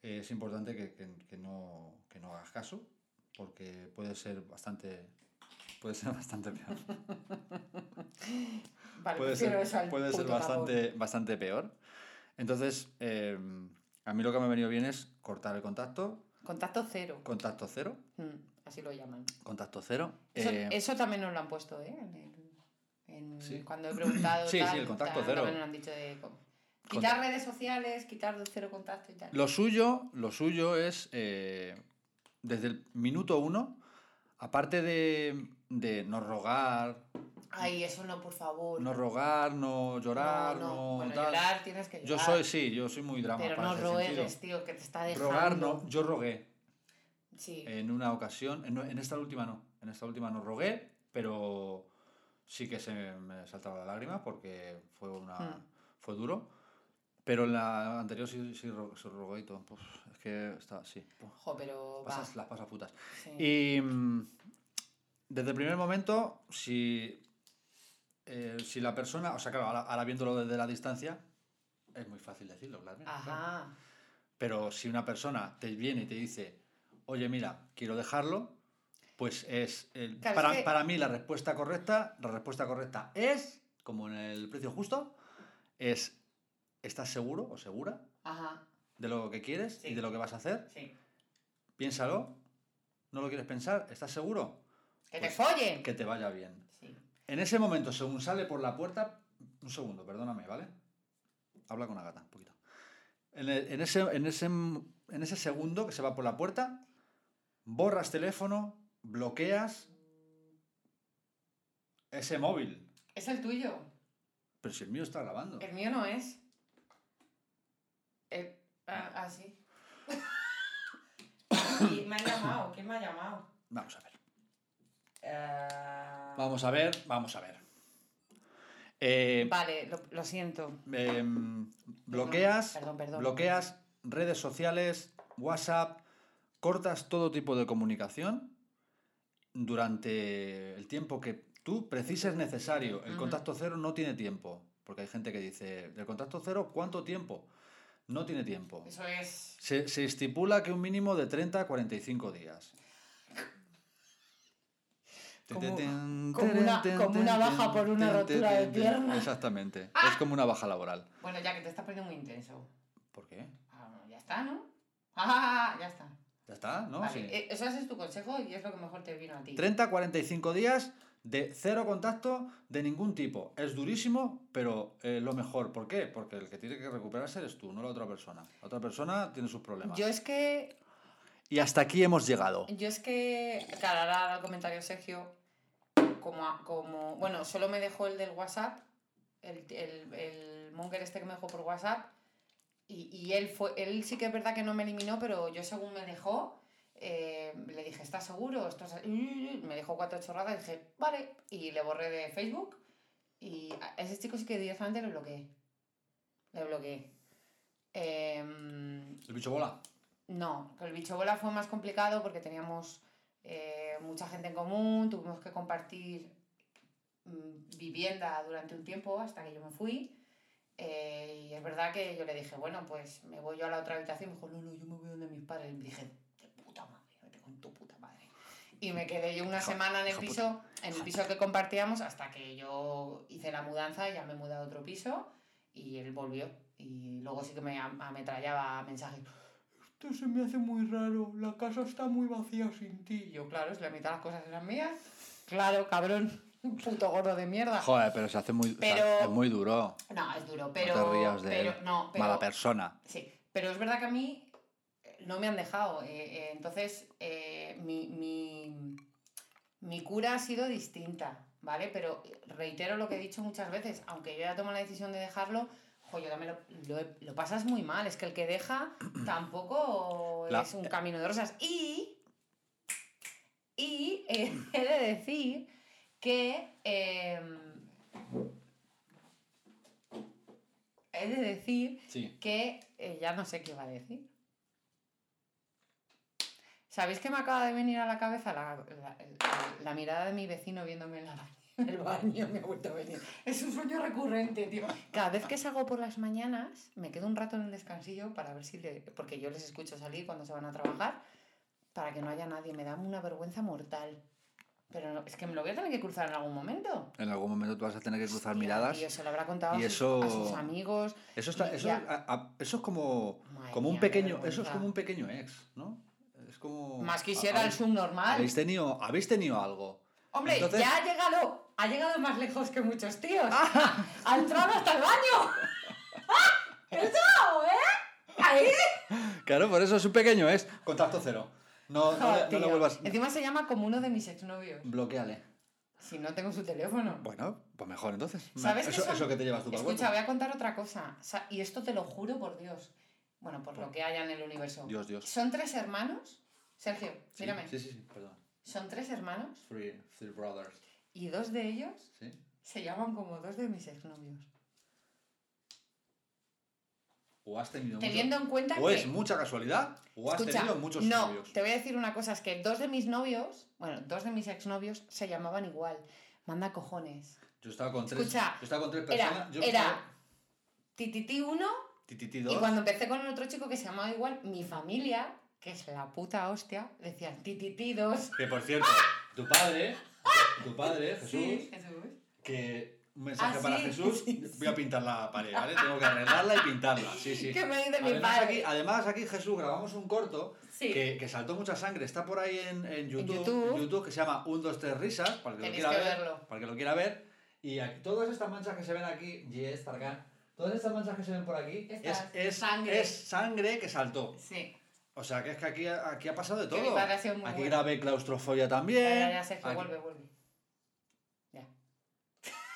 Speaker 1: eh, es importante que, que- que no, que no hagas caso, porque puede ser bastante... Puede ser bastante peor.
Speaker 2: Vale,
Speaker 1: puede
Speaker 2: prefiero
Speaker 1: ser,
Speaker 2: eso al
Speaker 1: puede ser
Speaker 2: puto tabú.
Speaker 1: bastante, bastante peor. Entonces, eh, a mí lo que me ha venido bien es cortar el contacto,
Speaker 2: Contacto cero.
Speaker 1: contacto cero,
Speaker 2: Mm, así lo llaman.
Speaker 1: contacto cero.
Speaker 2: Eso,
Speaker 1: eh,
Speaker 2: eso también nos lo han puesto, ¿eh? En el- en-
Speaker 1: Sí.
Speaker 2: Cuando he preguntado.
Speaker 1: Sí, sí,
Speaker 2: tal,
Speaker 1: el contacto
Speaker 2: tal,
Speaker 1: cero.
Speaker 2: También nos han dicho de. co- Quitar redes sociales, quitar cero contacto y tal.
Speaker 1: Lo suyo, lo suyo es eh, desde el minuto uno, aparte de, de no rogar,
Speaker 2: Ay, eso no, por favor.
Speaker 1: no rogar, no llorar, no,
Speaker 2: Bueno,
Speaker 1: tal.
Speaker 2: llorar tienes que llorar.
Speaker 1: Yo soy, sí, yo soy muy drama
Speaker 2: Pero
Speaker 1: para
Speaker 2: no
Speaker 1: ese
Speaker 2: ruegues,
Speaker 1: sentido.
Speaker 2: tío, que te está dejando.
Speaker 1: Rogar no, eh, yo rogué
Speaker 2: Sí.
Speaker 1: en una ocasión, en, en esta última no, en esta última no rogué, pero sí que se me saltaba la lágrima porque fue una
Speaker 2: Mm.
Speaker 1: fue duro. Pero en la anterior sí, sí, ro- sí rogué y todo. Pues, es que está, sí. pues,
Speaker 2: Ojo, pero va.
Speaker 1: pasas, las pasas putas.
Speaker 2: sí.
Speaker 1: Y mm, desde el primer momento, si, eh, si la persona, o sea, claro, ahora, ahora viéndolo desde la distancia, es muy fácil decirlo, claro. mira, claro.
Speaker 2: Ajá.
Speaker 1: Pero si una persona te viene y te dice, oye, mira, quiero dejarlo, pues es. el-
Speaker 2: Claro,
Speaker 1: para,
Speaker 2: es que-
Speaker 1: para mí, la respuesta correcta, la respuesta correcta es, como en el precio justo, es estás seguro o segura
Speaker 2: Ajá,
Speaker 1: de lo que quieres
Speaker 2: Sí.
Speaker 1: y de lo que vas a hacer.
Speaker 2: sí.
Speaker 1: Piénsalo. ¿No lo quieres pensar? ¿Estás seguro?
Speaker 2: ¡Que
Speaker 1: Pues-
Speaker 2: te follen!
Speaker 1: Que te vaya bien.
Speaker 2: Sí.
Speaker 1: En ese momento, según sale por la puerta, un segundo, perdóname, ¿vale? Habla con Agata, un poquito. En, el- en ese, en, ese, en ese segundo que se va por la puerta, borras teléfono, bloqueas ese móvil.
Speaker 2: Es el tuyo.
Speaker 1: Pero si el mío está grabando.
Speaker 2: El mío no es. El- Ah, ah, sí.
Speaker 3: Y me han llamado. ¿Quién me ha llamado?
Speaker 1: Vamos a ver.
Speaker 3: Eh,
Speaker 1: Vamos a ver, vamos a ver. Eh,
Speaker 2: Vale, lo, lo siento.
Speaker 1: em, bloqueas,
Speaker 2: Perdón, perdón.
Speaker 1: bloqueas redes sociales, WhatsApp, cortas todo tipo de comunicación durante el tiempo que tú precises necesario. El
Speaker 2: Ujú.
Speaker 1: contacto cero no tiene tiempo, porque hay gente que dice, ¿del contacto cero cuánto tiempo? No tiene tiempo.
Speaker 3: Eso es.
Speaker 1: Se, se estipula que un mínimo de 30 a 45 días.
Speaker 2: Como-
Speaker 1: Tin, tin, tin,
Speaker 2: como
Speaker 1: tin,
Speaker 2: una-
Speaker 1: tin,
Speaker 2: como
Speaker 1: tin,
Speaker 2: una baja
Speaker 1: tin,
Speaker 2: por una
Speaker 1: tin, tin,
Speaker 2: rotura de
Speaker 1: tin, tin.
Speaker 2: pierna.
Speaker 1: Exactamente. Es como una baja laboral.
Speaker 2: Bueno, ya que te estás poniendo muy intenso.
Speaker 1: ¿Por qué?
Speaker 2: Ah, bueno, ya está, ¿no? Ah, ya está.
Speaker 1: ¿Ya está? ¿No?
Speaker 2: vale,
Speaker 1: Sí.
Speaker 2: eh, eso es tu consejo y es lo que mejor te vino a ti.
Speaker 1: 30, 45 días de cero contacto de ningún tipo. Es durísimo, pero eh, lo mejor. ¿Por qué? Porque el que tiene que recuperarse eres tú, no la otra persona. La otra persona tiene sus problemas.
Speaker 2: Yo es que
Speaker 1: Y hasta aquí hemos llegado.
Speaker 2: Yo es que, claro, ahora al comentario Sergio, como, a- como, bueno, solo me dejó el del WhatsApp, el, el, el monger este que me dejó por WhatsApp, y, y él, fue, él sí que es verdad que no me eliminó, pero yo según me dejó, eh, le dije, ¿estás seguro? Esto es así". mm, me dejó cuatro chorradas y dije, vale, y le borré de Facebook, y a ese chico sí que directamente le bloqueé. Le bloqueé. Em,
Speaker 1: El bicho bola.
Speaker 2: no, que el bicho bola fue más complicado porque teníamos eh, mucha gente en común, tuvimos que compartir mm, vivienda durante un tiempo hasta que yo me fui. Eh, y es verdad que yo le dije, bueno, pues me voy yo a la otra habitación. Me dijo, no, no, yo me voy donde mis padres. Y me dije, de puta madre, vete con tu puta madre. Y me quedé yo una
Speaker 1: Hijo-
Speaker 2: semana en el
Speaker 1: hijo puta.
Speaker 2: piso, en el
Speaker 1: Hijo
Speaker 2: piso que compartíamos hasta que yo hice la mudanza y ya me mudé a otro piso y él volvió. Y luego sí que me am- ametrallaba mensajes. Esto se me hace muy raro, la casa está muy vacía sin ti. Y yo, claro, si la mitad de las cosas eran mías. Claro, cabrón, puto gordo de mierda.
Speaker 1: Joder, pero se hace muy, o sea,
Speaker 2: Ah. Pero-
Speaker 1: es muy duro.
Speaker 2: No, es duro, pero.
Speaker 1: no te rías de
Speaker 2: pero,
Speaker 1: él.
Speaker 2: no, pero-
Speaker 1: Mala persona.
Speaker 2: Sí, pero es verdad que a mí eh, no me han dejado. eh, eh, entonces, eh, mi, mi, mi cura ha sido distinta, ¿vale? Pero reitero lo que he dicho muchas veces, aunque yo ya tomo la decisión de dejarlo, jo, yo también lo, lo he- lo pasas muy mal. Es que el que deja tampoco
Speaker 1: La-
Speaker 2: es un camino de rosas. Y, y eh, he de decir que... em, he de decir
Speaker 1: Sí.
Speaker 2: que eh, ya no sé qué iba a decir. ¿Sabéis que me acaba de venir a la cabeza la, la- la- la mirada de mi vecino viéndome en, la ba- en el baño? Me ha vuelto a venir. Es un sueño recurrente, tío. Cada vez que salgo por las mañanas, me quedo un rato en el descansillo para ver si... le- porque yo les escucho salir cuando se van a trabajar, para que no haya nadie. Me da una vergüenza mortal. Pero no- es que me lo voy a tener que cruzar en algún momento.
Speaker 1: En algún momento tú vas a tener que cruzar
Speaker 2: Tía,
Speaker 1: miradas.
Speaker 2: tío, se lo habrá contado
Speaker 1: y
Speaker 2: a, sus, a
Speaker 1: eso-
Speaker 2: sus amigos.
Speaker 1: Eso, está, eso,
Speaker 2: Ya.
Speaker 1: a- a- eso es como,
Speaker 2: Madre
Speaker 1: como un
Speaker 2: mía, qué
Speaker 1: pequeño. Eso es
Speaker 2: vergüenza.
Speaker 1: como un pequeño ex, ¿no? Es como.
Speaker 2: Más quisiera el
Speaker 1: ¿habéis,
Speaker 2: subnormal.
Speaker 1: habéis tenido, habéis tenido algo.
Speaker 2: Hombre,
Speaker 1: Entonces-
Speaker 2: ya ha llegado, ha llegado más lejos que muchos tíos.
Speaker 1: Ah.
Speaker 2: Ha entrado hasta el baño. Ah, ¡Eso! ¿Eh? Ahí.
Speaker 1: Claro, por eso es un pequeño ex. Contacto cero. No, no, le- no
Speaker 2: Tío,
Speaker 1: le vuelvas.
Speaker 2: Encima se llama como uno de mis exnovios.
Speaker 1: Bloqueale.
Speaker 2: Si no tengo su teléfono.
Speaker 1: Bueno, pues mejor entonces.
Speaker 2: ¿Sabes que
Speaker 1: eso,
Speaker 2: son-
Speaker 1: eso que te llevas tú para el
Speaker 2: Escucha,
Speaker 1: hueco.
Speaker 2: voy a contar otra cosa. Sa- Y esto te lo juro por Dios. Bueno, por lo que haya en el universo.
Speaker 1: Dios, Dios.
Speaker 2: Son tres hermanos. Sergio,
Speaker 1: Sí,
Speaker 2: mírame.
Speaker 1: Sí, sí, sí, perdón.
Speaker 2: Son tres hermanos
Speaker 1: Three, three brothers.
Speaker 2: y dos de ellos
Speaker 1: ¿Sí?
Speaker 2: se llaman como dos de mis exnovios.
Speaker 1: O has tenido. mucho-
Speaker 2: Teniendo en cuenta
Speaker 1: O
Speaker 2: que.
Speaker 1: es mucha casualidad, o has
Speaker 2: Escucha,
Speaker 1: tenido muchos
Speaker 2: no,
Speaker 1: novios.
Speaker 2: te voy a decir una cosa, es que dos de mis novios, bueno, dos de mis exnovios se llamaban igual. Manda cojones.
Speaker 1: Yo estaba con tres.
Speaker 2: Escucha,
Speaker 1: yo estaba con tres
Speaker 2: era-
Speaker 1: personas. yo
Speaker 2: era-
Speaker 1: estaba-
Speaker 2: Tititi uno,
Speaker 1: Tititi
Speaker 2: y
Speaker 1: dos.
Speaker 2: cuando empecé con el otro chico que se llamaba igual, mi familia, que es la puta hostia, decían tititi dos. ¡Ah!
Speaker 1: Que por cierto, tu padre, tu padre, Jesús,
Speaker 2: Jesús.
Speaker 1: que un mensaje
Speaker 2: Ah,
Speaker 1: para
Speaker 2: sí,
Speaker 1: Jesús,
Speaker 2: sí,
Speaker 1: voy a pintar la pared, ¿vale? Tengo que arreglarla y pintarla. Sí, sí.
Speaker 2: ¿Qué me dice mi
Speaker 1: Además aquí,
Speaker 2: padre?
Speaker 1: además, aquí, Jesús, grabamos un corto
Speaker 2: Sí.
Speaker 1: que, que saltó mucha sangre. Está por ahí en, en YouTube,
Speaker 2: YouTube.
Speaker 1: en YouTube, que se llama 1, 2, 3 risas, para el que, lo
Speaker 2: Tenéis
Speaker 1: quiera,
Speaker 2: que
Speaker 1: ver,
Speaker 2: verlo.
Speaker 1: para el que lo quiera ver. Y aquí- todas estas manchas que se ven aquí, yes, Tarkan, todas estas manchas que se ven por aquí es,
Speaker 3: Estas,
Speaker 1: es-
Speaker 2: sangre.
Speaker 1: es sangre que saltó.
Speaker 2: Sí.
Speaker 1: O sea, que es que aquí, aquí ha pasado de
Speaker 2: Que mi
Speaker 1: todo.
Speaker 2: padre ha sido muy
Speaker 1: Aquí
Speaker 2: bueno.
Speaker 1: grabé claustrofobia también.
Speaker 2: Ya, ya, ya, Sergio,
Speaker 1: Aquí-
Speaker 2: vuelve, vuelve. Ya.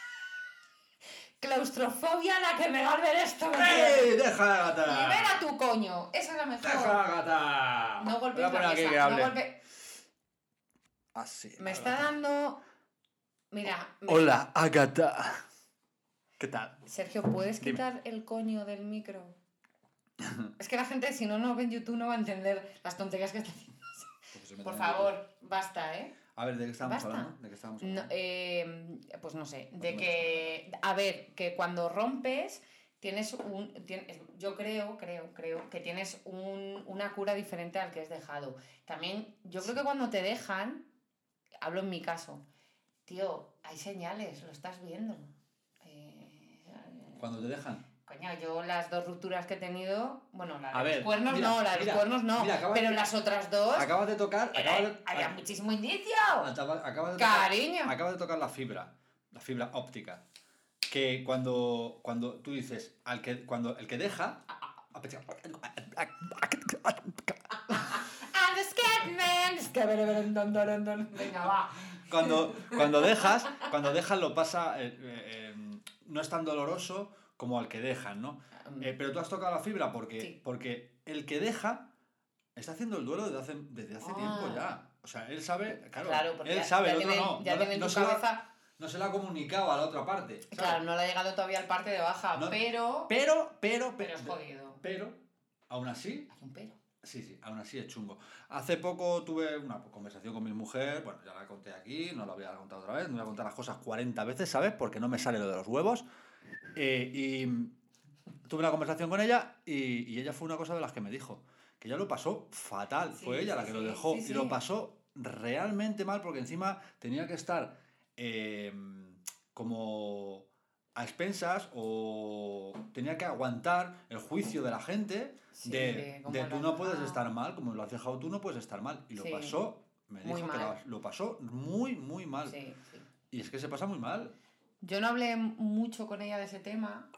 Speaker 2: Claustrofobia la que mejor ver esto. me quiero.
Speaker 1: ¡Ey! ¡Deja la gata!
Speaker 2: Libera tu coño. Esa es la
Speaker 1: ¡Eh! ¡Deja
Speaker 2: mejor.
Speaker 1: la gata!
Speaker 2: No
Speaker 1: Voy a
Speaker 2: golpees
Speaker 1: poner
Speaker 2: la
Speaker 1: aquí que
Speaker 2: mesa. No
Speaker 1: hable.
Speaker 2: golpe...
Speaker 1: Así. la
Speaker 2: Me está
Speaker 1: gata.
Speaker 2: dando. Mira, me-
Speaker 1: Hola, Agata. ¿Qué tal?
Speaker 2: Sergio, ¿puedes
Speaker 1: Dime.
Speaker 2: quitar el coño del micro? Es que la gente, si no nos ve en YouTube, no va a entender las tonterías que está
Speaker 1: Pues
Speaker 2: haciendo. Por favor, basta, ¿eh?
Speaker 1: A ver, ¿de qué estábamos
Speaker 2: Basta.
Speaker 1: hablando? ¿De qué estábamos
Speaker 2: No,
Speaker 1: hablando?
Speaker 2: eh, pues no sé, de
Speaker 1: tengo
Speaker 2: que, a ver, que cuando rompes tienes un, tien- yo creo, creo, creo que tienes un- una cura diferente al que es dejado. También, yo creo que cuando te dejan, hablo en mi caso, tío, hay señales, lo estás viendo. Eh,
Speaker 1: Cuando te dejan.
Speaker 2: coño, yo las dos rupturas que he tenido, bueno, la de
Speaker 1: A
Speaker 2: los
Speaker 1: ver,
Speaker 2: cuernos
Speaker 1: mira,
Speaker 2: no, la de
Speaker 1: mira,
Speaker 2: los cuernos no,
Speaker 1: mira, acabas-
Speaker 2: pero las otras dos,
Speaker 1: Acabas de tocar.
Speaker 2: era-
Speaker 1: Acabas de,
Speaker 2: había
Speaker 1: ac-
Speaker 2: muchísimo indicio.
Speaker 1: acabas- acabas de tocar
Speaker 2: Cariño.
Speaker 1: acabas de tocar la fibra, la fibra óptica. Que cuando, cuando tú dices, al que, cuando el que deja.
Speaker 2: I'm the scared man. Venga, va.
Speaker 1: Cuando, cuando dejas, cuando dejas lo pasa. eh, eh, eh, no es tan doloroso como al que dejan, ¿no? Eh, pero tú has tocado la fibra porque,
Speaker 2: Sí.
Speaker 1: porque el que deja está haciendo el duelo desde hace, desde hace
Speaker 2: Ah.
Speaker 1: tiempo ya. O sea, él sabe, claro,
Speaker 2: claro, porque
Speaker 1: él
Speaker 2: ya,
Speaker 1: sabe,
Speaker 2: ya
Speaker 1: el otro
Speaker 2: tienen,
Speaker 1: no.
Speaker 2: ya
Speaker 1: no, la-
Speaker 2: tienen
Speaker 1: no
Speaker 2: tu
Speaker 1: se la-
Speaker 2: cabeza.
Speaker 1: no se la ha comunicado a la otra parte. ¿sabes?
Speaker 2: Claro, no le ha llegado todavía el parte de baja,
Speaker 1: No-
Speaker 2: pero, pero.
Speaker 1: Pero, pero, pero,
Speaker 2: es jodido.
Speaker 1: pero, aún así,
Speaker 2: Hay un pero.
Speaker 1: Sí, sí, aún así es chungo. Hace poco tuve una conversación con mi mujer, bueno, ya la conté aquí, no la voy a contar otra vez, no voy a contar las cosas 40 veces, ¿sabes? Porque no me sale lo de los huevos. Eh, y mm, tuve una conversación con ella y, y ella fue una cosa de las que me dijo, que ella lo pasó fatal,
Speaker 2: Sí,
Speaker 1: fue ella la
Speaker 2: sí,
Speaker 1: que lo
Speaker 2: sí,
Speaker 1: dejó
Speaker 2: sí,
Speaker 1: y
Speaker 2: sí.
Speaker 1: lo pasó realmente mal porque encima tenía que estar eh, como a expensas o tenía que aguantar el juicio de la gente
Speaker 2: Sí,
Speaker 1: de,
Speaker 2: de cómo Ah.
Speaker 1: de
Speaker 2: lo
Speaker 1: tú
Speaker 2: has
Speaker 1: no puedes
Speaker 2: dejado.
Speaker 1: estar mal, como lo has dejado tú, no puedes estar mal. Y lo
Speaker 2: Sí.
Speaker 1: pasó, me
Speaker 2: Muy
Speaker 1: dijo que lo,
Speaker 2: mal.
Speaker 1: lo pasó muy, muy mal.
Speaker 2: Sí, sí.
Speaker 1: Y es que se pasa muy mal.
Speaker 2: Yo no hablé mucho con ella de ese tema,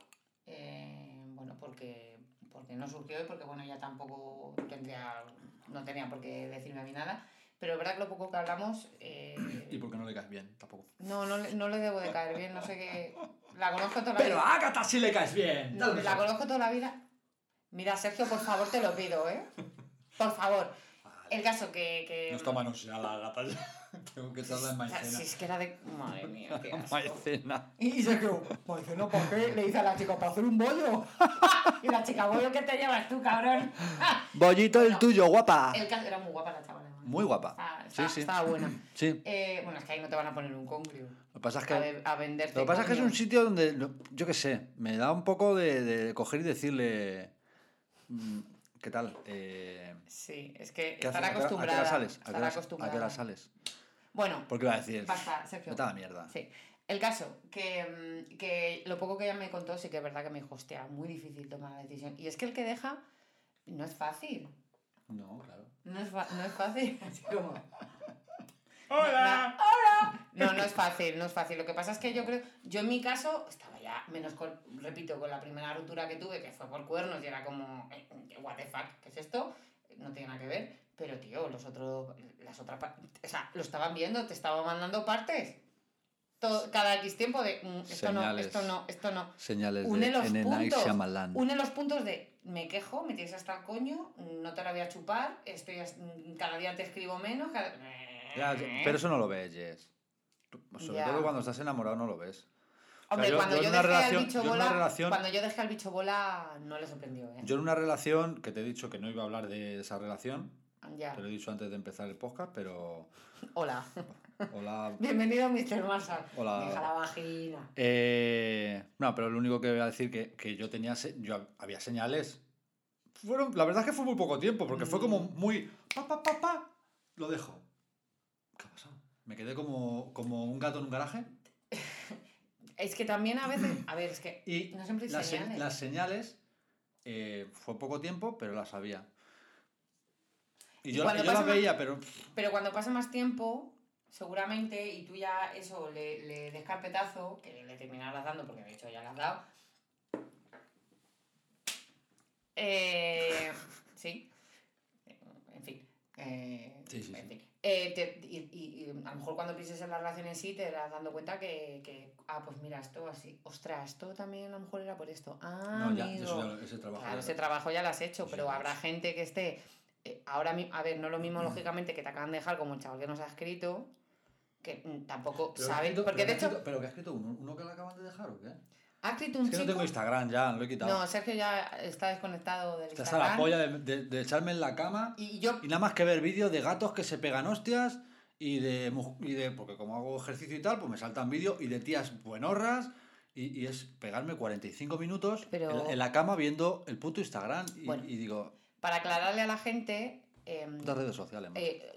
Speaker 2: eh, bueno, porque, porque no surgió y porque, bueno, ella tampoco tendría, no tenía por qué decirme a mí nada, pero es verdad que lo poco que hablamos... eh,
Speaker 1: Y porque no le caes bien, tampoco.
Speaker 2: no, no, le- no le debo de caer bien, no sé qué... La conozco toda la
Speaker 1: Pero
Speaker 2: vida.
Speaker 1: a Agatha sí le caes bien.
Speaker 2: No,
Speaker 1: tal vez.
Speaker 2: la conozco toda la vida. Mira, Sergio, por favor, te lo pido, ¿eh? Por favor.
Speaker 1: Vale.
Speaker 2: El caso que... que...
Speaker 1: No está manoseada la gata. Tengo que echarla en
Speaker 2: O sea,
Speaker 1: maicena.
Speaker 2: si es que era de... Madre mía, qué asco.
Speaker 1: Maicena.
Speaker 2: Y Sergio, maicena, ¿para qué? Le dice a la chica, ¿para hacer un bollo? y la chica, ¿bollo que te llevas tú, cabrón?
Speaker 1: Bollito el
Speaker 2: No.
Speaker 1: tuyo, guapa.
Speaker 2: El caso era muy guapa la chavala. además.
Speaker 1: Muy guapa.
Speaker 2: Estaba, estaba-
Speaker 1: Sí, sí.
Speaker 2: estaba buena.
Speaker 1: Sí.
Speaker 2: Eh, bueno, es que ahí no te van a poner un congrio
Speaker 1: Lo que pasa es
Speaker 2: a,
Speaker 1: que.
Speaker 2: ve- a venderte.
Speaker 1: Lo que pasa es que es un
Speaker 2: coño.
Speaker 1: sitio donde, lo- yo qué sé, me da un poco de, de coger y decirle, mm, ¿qué tal? Eh,
Speaker 2: Sí, es que
Speaker 1: ¿Qué
Speaker 2: estar
Speaker 1: haces? ¿A qué hora- ¿A qué
Speaker 2: acostumbrada.
Speaker 1: hora sales? ¿A qué
Speaker 2: estar
Speaker 1: hora, a
Speaker 2: acostumbrada.
Speaker 1: qué hora sales?
Speaker 2: Bueno,
Speaker 1: Porque va a decir.
Speaker 2: basta, Sergio.
Speaker 1: Vete a la mierda.
Speaker 2: Sí. El caso, que, mm, que lo poco que ella me contó sí que es verdad que me dijo, hostia, muy difícil tomar la decisión. Y es que el que deja no es fácil.
Speaker 1: No, claro.
Speaker 2: No es, fa- no es fácil. Así como...
Speaker 3: ¡Hola!
Speaker 2: No, no es fácil, no es fácil. Lo que pasa es que yo creo... Yo en mi caso estaba ya menos con... Repito, con la primera ruptura que tuve, que fue por cuernos y era como... eh, What the fuck, ¿qué es esto? No tiene nada que ver. Pero, tío, los otros... Las otras... par- O sea, lo estaban viendo, te estaban mandando partes. Todo- cada X tiempo de... mm, Esto no,
Speaker 1: Señales.
Speaker 2: esto no, esto no.
Speaker 1: Señales
Speaker 2: Une
Speaker 1: de
Speaker 2: los
Speaker 1: N. Night
Speaker 2: puntos.
Speaker 1: Shyamalan.
Speaker 2: Une los puntos de me quejo, me tienes hasta el coño, no te la voy a chupar, estoy as- cada día te escribo menos, cada- Eh.
Speaker 1: Ya, pero eso no lo ves, Jess. Tú- pues, Sobre
Speaker 2: Ya.
Speaker 1: todo cuando estás enamorado no lo ves.
Speaker 2: Hombre,
Speaker 1: o sea, yo-
Speaker 2: cuando
Speaker 1: yo
Speaker 2: yo,
Speaker 1: en una
Speaker 2: dejé
Speaker 1: relación-
Speaker 2: al bicho
Speaker 1: yo en una
Speaker 2: bola,
Speaker 1: relación-
Speaker 2: cuando yo dejé al bicho bola no le sorprendió, ¿eh?
Speaker 1: Yo en una relación, que te he dicho que no iba a hablar de esa relación,
Speaker 2: Ya.
Speaker 1: te lo he dicho antes de empezar el podcast, pero...
Speaker 2: Hola.
Speaker 1: Hola...
Speaker 2: Bienvenido Mr. Marshall.
Speaker 1: Hola.
Speaker 2: Deja la vagina.
Speaker 1: Eh, no, pero lo único que voy a decir que, que yo tenía se- yo había señales. Fueron, la verdad es que fue muy poco tiempo, porque fue como
Speaker 2: Mm.
Speaker 1: muy pa pa pa pa, lo dejo. ¿Qué ha pasado? Me quedé como, como un gato en un garaje.
Speaker 2: Es que también a veces. A ver, es que.
Speaker 1: Y
Speaker 2: No siempre hay
Speaker 1: las, se-
Speaker 2: señales.
Speaker 1: las señales eh, fue poco tiempo, pero las había. Y
Speaker 2: Y
Speaker 1: yo,
Speaker 2: cuando
Speaker 1: yo las
Speaker 2: pasa una-
Speaker 1: veía, pero
Speaker 2: Pero cuando pasa más tiempo, seguramente, y tú ya eso le, le des carpetazo, que le terminarás dando, porque de hecho ya le has dado. Eh, sí. En fin. eh,
Speaker 1: Sí, sí,
Speaker 2: en
Speaker 1: sí.
Speaker 2: fin. Eh, te- y, y- y a lo mejor cuando pienses en la relación en sí te das dando cuenta que, que, ah, pues mira, esto así, ostras, esto también a lo mejor era por esto. Ah,
Speaker 1: no, ya,
Speaker 2: amigo.
Speaker 1: eso ya lo- ese trabajo.
Speaker 2: Claro,
Speaker 1: ya
Speaker 2: ese
Speaker 1: lo-
Speaker 2: trabajo ya lo has hecho,
Speaker 1: Sí,
Speaker 2: pero
Speaker 1: sí. Mm.
Speaker 2: habrá gente que esté. eh, ahora mismo, a ver, no lo mismo, lógicamente, que te acaban de dejar como el chaval que nos ha escrito, que mm, tampoco
Speaker 1: Pero
Speaker 2: sabe.
Speaker 1: que ha escrito-
Speaker 2: porque
Speaker 1: pero
Speaker 2: de
Speaker 1: que ha
Speaker 2: hecho,
Speaker 1: escrito- ¿Pero que ha escrito uno? ¿Uno que le acaban de dejar o qué?
Speaker 2: ha escrito un
Speaker 1: Es que no
Speaker 2: chico.
Speaker 1: tengo Instagram ya, lo he
Speaker 2: No,
Speaker 1: quitado.
Speaker 2: Sergio ya está desconectado del
Speaker 1: Está hasta
Speaker 2: Instagram.
Speaker 1: la polla de, de- de echarme en la cama
Speaker 2: Y yo.
Speaker 1: y nada más que ver vídeos de gatos que se pegan hostias y de, mu- y de. Porque como hago ejercicio y tal, pues me saltan vídeos y de tías buenorras. Y, y es pegarme 45 minutos
Speaker 2: Pero-
Speaker 1: en, la, en la cama viendo el puto Instagram y,
Speaker 2: Bueno.
Speaker 1: y digo,
Speaker 2: Para aclararle a la gente. em,
Speaker 1: putas redes sociales. macho.
Speaker 2: eh,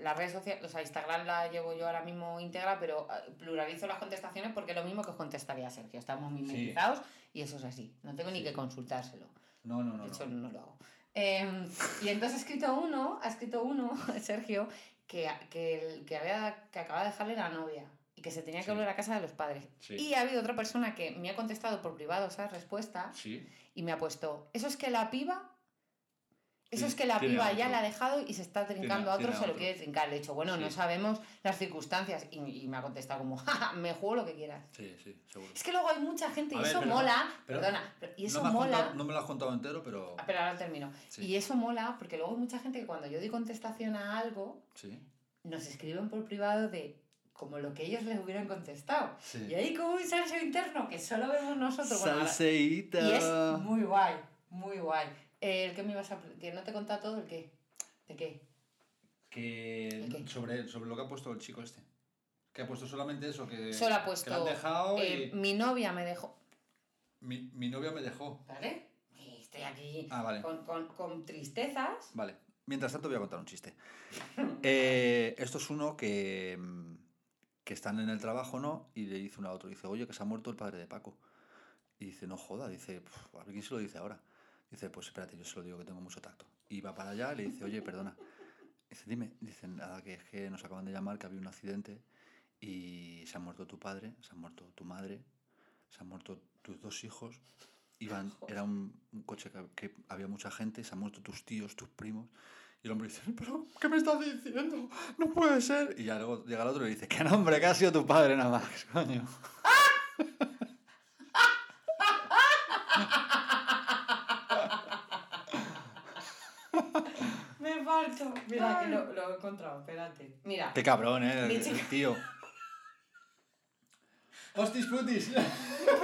Speaker 2: las redes sociales, o sea, Instagram la llevo yo ahora mismo íntegra, pero eh, pluralizo las contestaciones porque es lo mismo que os contestaría Sergio. Estamos mimetizados y eso es así. No tengo ni
Speaker 1: Sí.
Speaker 2: que consultárselo.
Speaker 1: no, no, no.
Speaker 2: De
Speaker 1: no.
Speaker 2: hecho, no lo hago. Em, y entonces ha escrito uno, ha escrito uno, Sergio, que, que, el- que, había, que acaba de dejarle la novia y que se tenía que
Speaker 1: Sí.
Speaker 2: volver a casa de los padres.
Speaker 1: Sí.
Speaker 2: Y ha habido otra persona que me ha contestado por privado esa respuesta
Speaker 1: Sí.
Speaker 2: y me ha puesto, eso es que la piba, eso
Speaker 1: Sí,
Speaker 2: es que la
Speaker 1: tiene
Speaker 2: piba ya
Speaker 1: otro.
Speaker 2: la ha dejado y se está trincando a otro,
Speaker 1: tiene
Speaker 2: se lo
Speaker 1: otro.
Speaker 2: quiere trincar. Le he dicho, bueno, no
Speaker 1: Sí.
Speaker 2: sabemos las circunstancias. Y, y me ha contestado como, "Ja, ja, me juego lo que quieras.
Speaker 1: Sí, sí, seguro.
Speaker 2: Es que luego hay mucha gente y
Speaker 1: A ver,
Speaker 2: eso
Speaker 1: pero-
Speaker 2: mola,
Speaker 1: pero-
Speaker 2: perdona, pero- y eso
Speaker 1: no, me has
Speaker 2: mola.
Speaker 1: contado- no me lo has contado entero, pero.
Speaker 2: Ah, Pero ahora termino.
Speaker 1: Sí.
Speaker 2: Y eso mola porque luego hay mucha gente que cuando yo doy contestación a algo,
Speaker 1: Sí.
Speaker 2: nos escriben por privado de como lo que ellos les hubieran contestado.
Speaker 1: sí.
Speaker 2: Y ahí como un salseo interno que solo vemos nosotros. bueno, ahora-
Speaker 1: Salseíta.
Speaker 2: y es muy guay, muy guay. Eh, ¿El que me ibas a... que no te he contado todo? ¿El qué? ¿De qué?
Speaker 1: Que
Speaker 2: ¿El qué?
Speaker 1: sobre, sobre lo que ha puesto el chico este. Que ha puesto solamente eso, que,
Speaker 2: Solo ha
Speaker 1: Eh, que lo
Speaker 2: puesto...
Speaker 1: han dejado
Speaker 2: eh,
Speaker 1: y
Speaker 2: Mi novia me dejó...
Speaker 1: mi, mi novia me dejó.
Speaker 2: ¿Vale? Y Estoy aquí
Speaker 1: Ah, vale.
Speaker 2: con, con- con tristezas.
Speaker 1: Vale. Mientras tanto voy a contar un chiste. Eh, esto es uno que, mm, que están en el trabajo, ¿no? Y le dice uno a otro, dice, oye, que se ha muerto el padre de Paco. Y dice, no joda, dice, "Puf, a ver quién se lo dice ahora. Dice, pues espérate, yo se lo digo que tengo mucho tacto. Y va para allá y le dice, oye, perdona. Dice, dime, dice, nada, que es que nos acaban de llamar, que había un accidente y se ha muerto tu padre, se ha muerto tu madre, se han muerto tus dos hijos. Iban, era un, un coche que, que había mucha gente, se han muerto tus tíos, tus primos. Y el hombre dice, pero, ¿qué me estás diciendo? No puede ser. Y ya luego llega el otro y le dice, que no, hombre, que ha sido tu padre nada más, coño.
Speaker 3: Me falto.
Speaker 2: Mira, que lo-
Speaker 3: he encontrado, espérate.
Speaker 2: Mira,
Speaker 1: Qué cabrón, ¿eh? El,
Speaker 2: Mi
Speaker 1: el
Speaker 2: chica.
Speaker 1: tío. Hostis putis.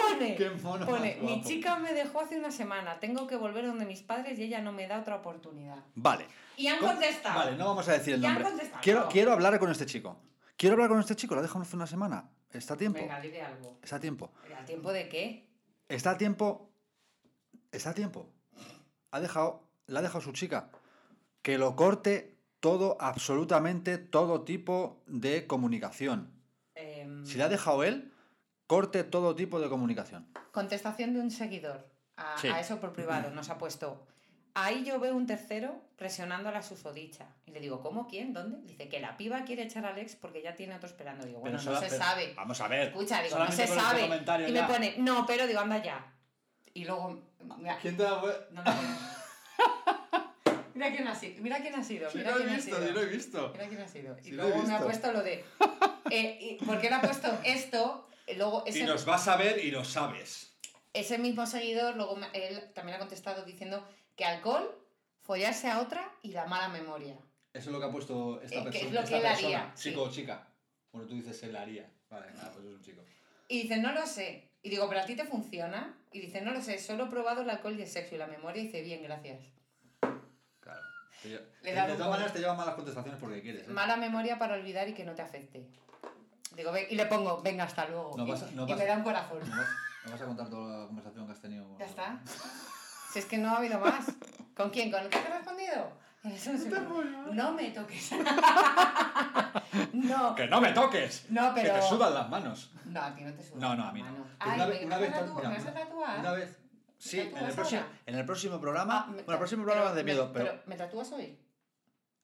Speaker 2: pone...
Speaker 1: Qué mono.
Speaker 2: Pone,
Speaker 1: más
Speaker 2: mi
Speaker 1: guapo".
Speaker 2: chica me dejó hace una semana, tengo que volver donde mis padres y ella no me da otra oportunidad.
Speaker 1: Vale.
Speaker 3: Y han
Speaker 1: Con-
Speaker 3: contestado.
Speaker 1: Vale, no vamos a decir el
Speaker 3: Ya han
Speaker 1: nombre.
Speaker 3: contestado.
Speaker 1: Quiero, quiero hablar con este chico. Quiero hablar con este chico, lo ha dejado hace una semana. Está a tiempo.
Speaker 2: Venga, dile algo.
Speaker 1: Está a tiempo.
Speaker 2: ¿Pero ¿A tiempo de qué?
Speaker 1: Está a tiempo. Está a tiempo. Ha dejado. La ha dejado su chica. Que lo corte todo, absolutamente todo tipo de comunicación.
Speaker 2: Em,
Speaker 1: Si la ha dejado él, corte todo tipo de comunicación.
Speaker 2: Contestación de un seguidor a,
Speaker 1: Sí.
Speaker 2: a eso por privado, nos ha puesto. Ahí yo veo un tercero presionando a la susodicha. Y le digo, ¿cómo? ¿Quién? ¿Dónde? Dice que la piba quiere echar a Alex porque ya tiene otro esperando. Digo, bueno,
Speaker 1: Pero
Speaker 2: no
Speaker 1: sola-
Speaker 2: se
Speaker 1: pero-
Speaker 2: sabe.
Speaker 1: Vamos a ver.
Speaker 2: Escucha, digo, no
Speaker 1: solamente
Speaker 2: se
Speaker 1: con este
Speaker 2: sabe.
Speaker 1: comentario
Speaker 2: Y
Speaker 1: ya.
Speaker 2: me pone, no, pero digo, anda ya. Y luego. Mira,
Speaker 1: ¿Quién te da hue-
Speaker 2: no, no, no. Mira quién ha sido. Mira quién ha sido.
Speaker 1: Si
Speaker 2: mira
Speaker 1: lo
Speaker 2: quién
Speaker 1: he
Speaker 2: ha
Speaker 1: visto,
Speaker 2: sido.
Speaker 1: si lo he visto.
Speaker 2: Mira quién ha sido. Y
Speaker 1: Sí, lo he
Speaker 2: luego me ha
Speaker 1: visto.
Speaker 2: puesto lo de. Eh, y- ¿Por qué le ha puesto esto? Eh, Luego ese,
Speaker 1: vas a ver y lo sabes.
Speaker 2: ese mismo seguidor, luego me- él también ha contestado diciendo que alcohol, follarse a otra y la mala memoria.
Speaker 1: Eso es lo que ha puesto esta
Speaker 2: Eh, que
Speaker 1: persona.
Speaker 2: es lo
Speaker 1: esta
Speaker 2: que él
Speaker 1: persona.
Speaker 2: haría, sí.
Speaker 1: Chico o chica. Bueno, tú dices él haría. Vale, nada, pues es un chico.
Speaker 2: Y dice, no lo sé. Y digo, ¿pero a ti te funciona? Y dice, no lo sé, solo he probado el alcohol y el sexo y la memoria. Y dice, bien, gracias.
Speaker 1: Claro. Te lle-
Speaker 2: Le
Speaker 1: de
Speaker 2: da
Speaker 1: de todas
Speaker 2: un poco.
Speaker 1: maneras te llevan malas contestaciones porque quieres. ¿eh?
Speaker 2: Mala memoria para olvidar y que no te afecte. Digo, "Ve-". y le pongo, venga, hasta luego.
Speaker 1: No
Speaker 2: y,
Speaker 1: pasa- no
Speaker 2: y
Speaker 1: pasa-
Speaker 2: me da un corazón.
Speaker 1: ¿No vas, no vas a contar toda la conversación que has tenido? con
Speaker 2: Ya
Speaker 1: nosotros?
Speaker 2: está. Si es que no ha habido más. ¿Con quién? ¿Con el que te he respondido? Eres un superman. No me toques. no.
Speaker 1: ¡Que no me toques!
Speaker 2: No, pero.
Speaker 1: Que te sudan las manos.
Speaker 2: No, a ti no te suda.
Speaker 1: No, no, a mí no.
Speaker 2: Mano.
Speaker 1: Pero
Speaker 2: Ay,
Speaker 1: una
Speaker 2: me
Speaker 1: vez- una
Speaker 2: vas a
Speaker 1: vez-
Speaker 2: tatu-
Speaker 1: mira,
Speaker 2: ¿Me vas a tatuar?
Speaker 1: Una vez. Sí, en
Speaker 2: tatúas
Speaker 1: el, próximo,
Speaker 2: ahora?
Speaker 1: en el próximo
Speaker 2: Ah,
Speaker 1: programa.
Speaker 2: me-
Speaker 1: bueno, el próximo
Speaker 2: pero-
Speaker 1: programa es de
Speaker 2: pero-
Speaker 1: miedo, pero,
Speaker 2: ¿Me tatúas hoy?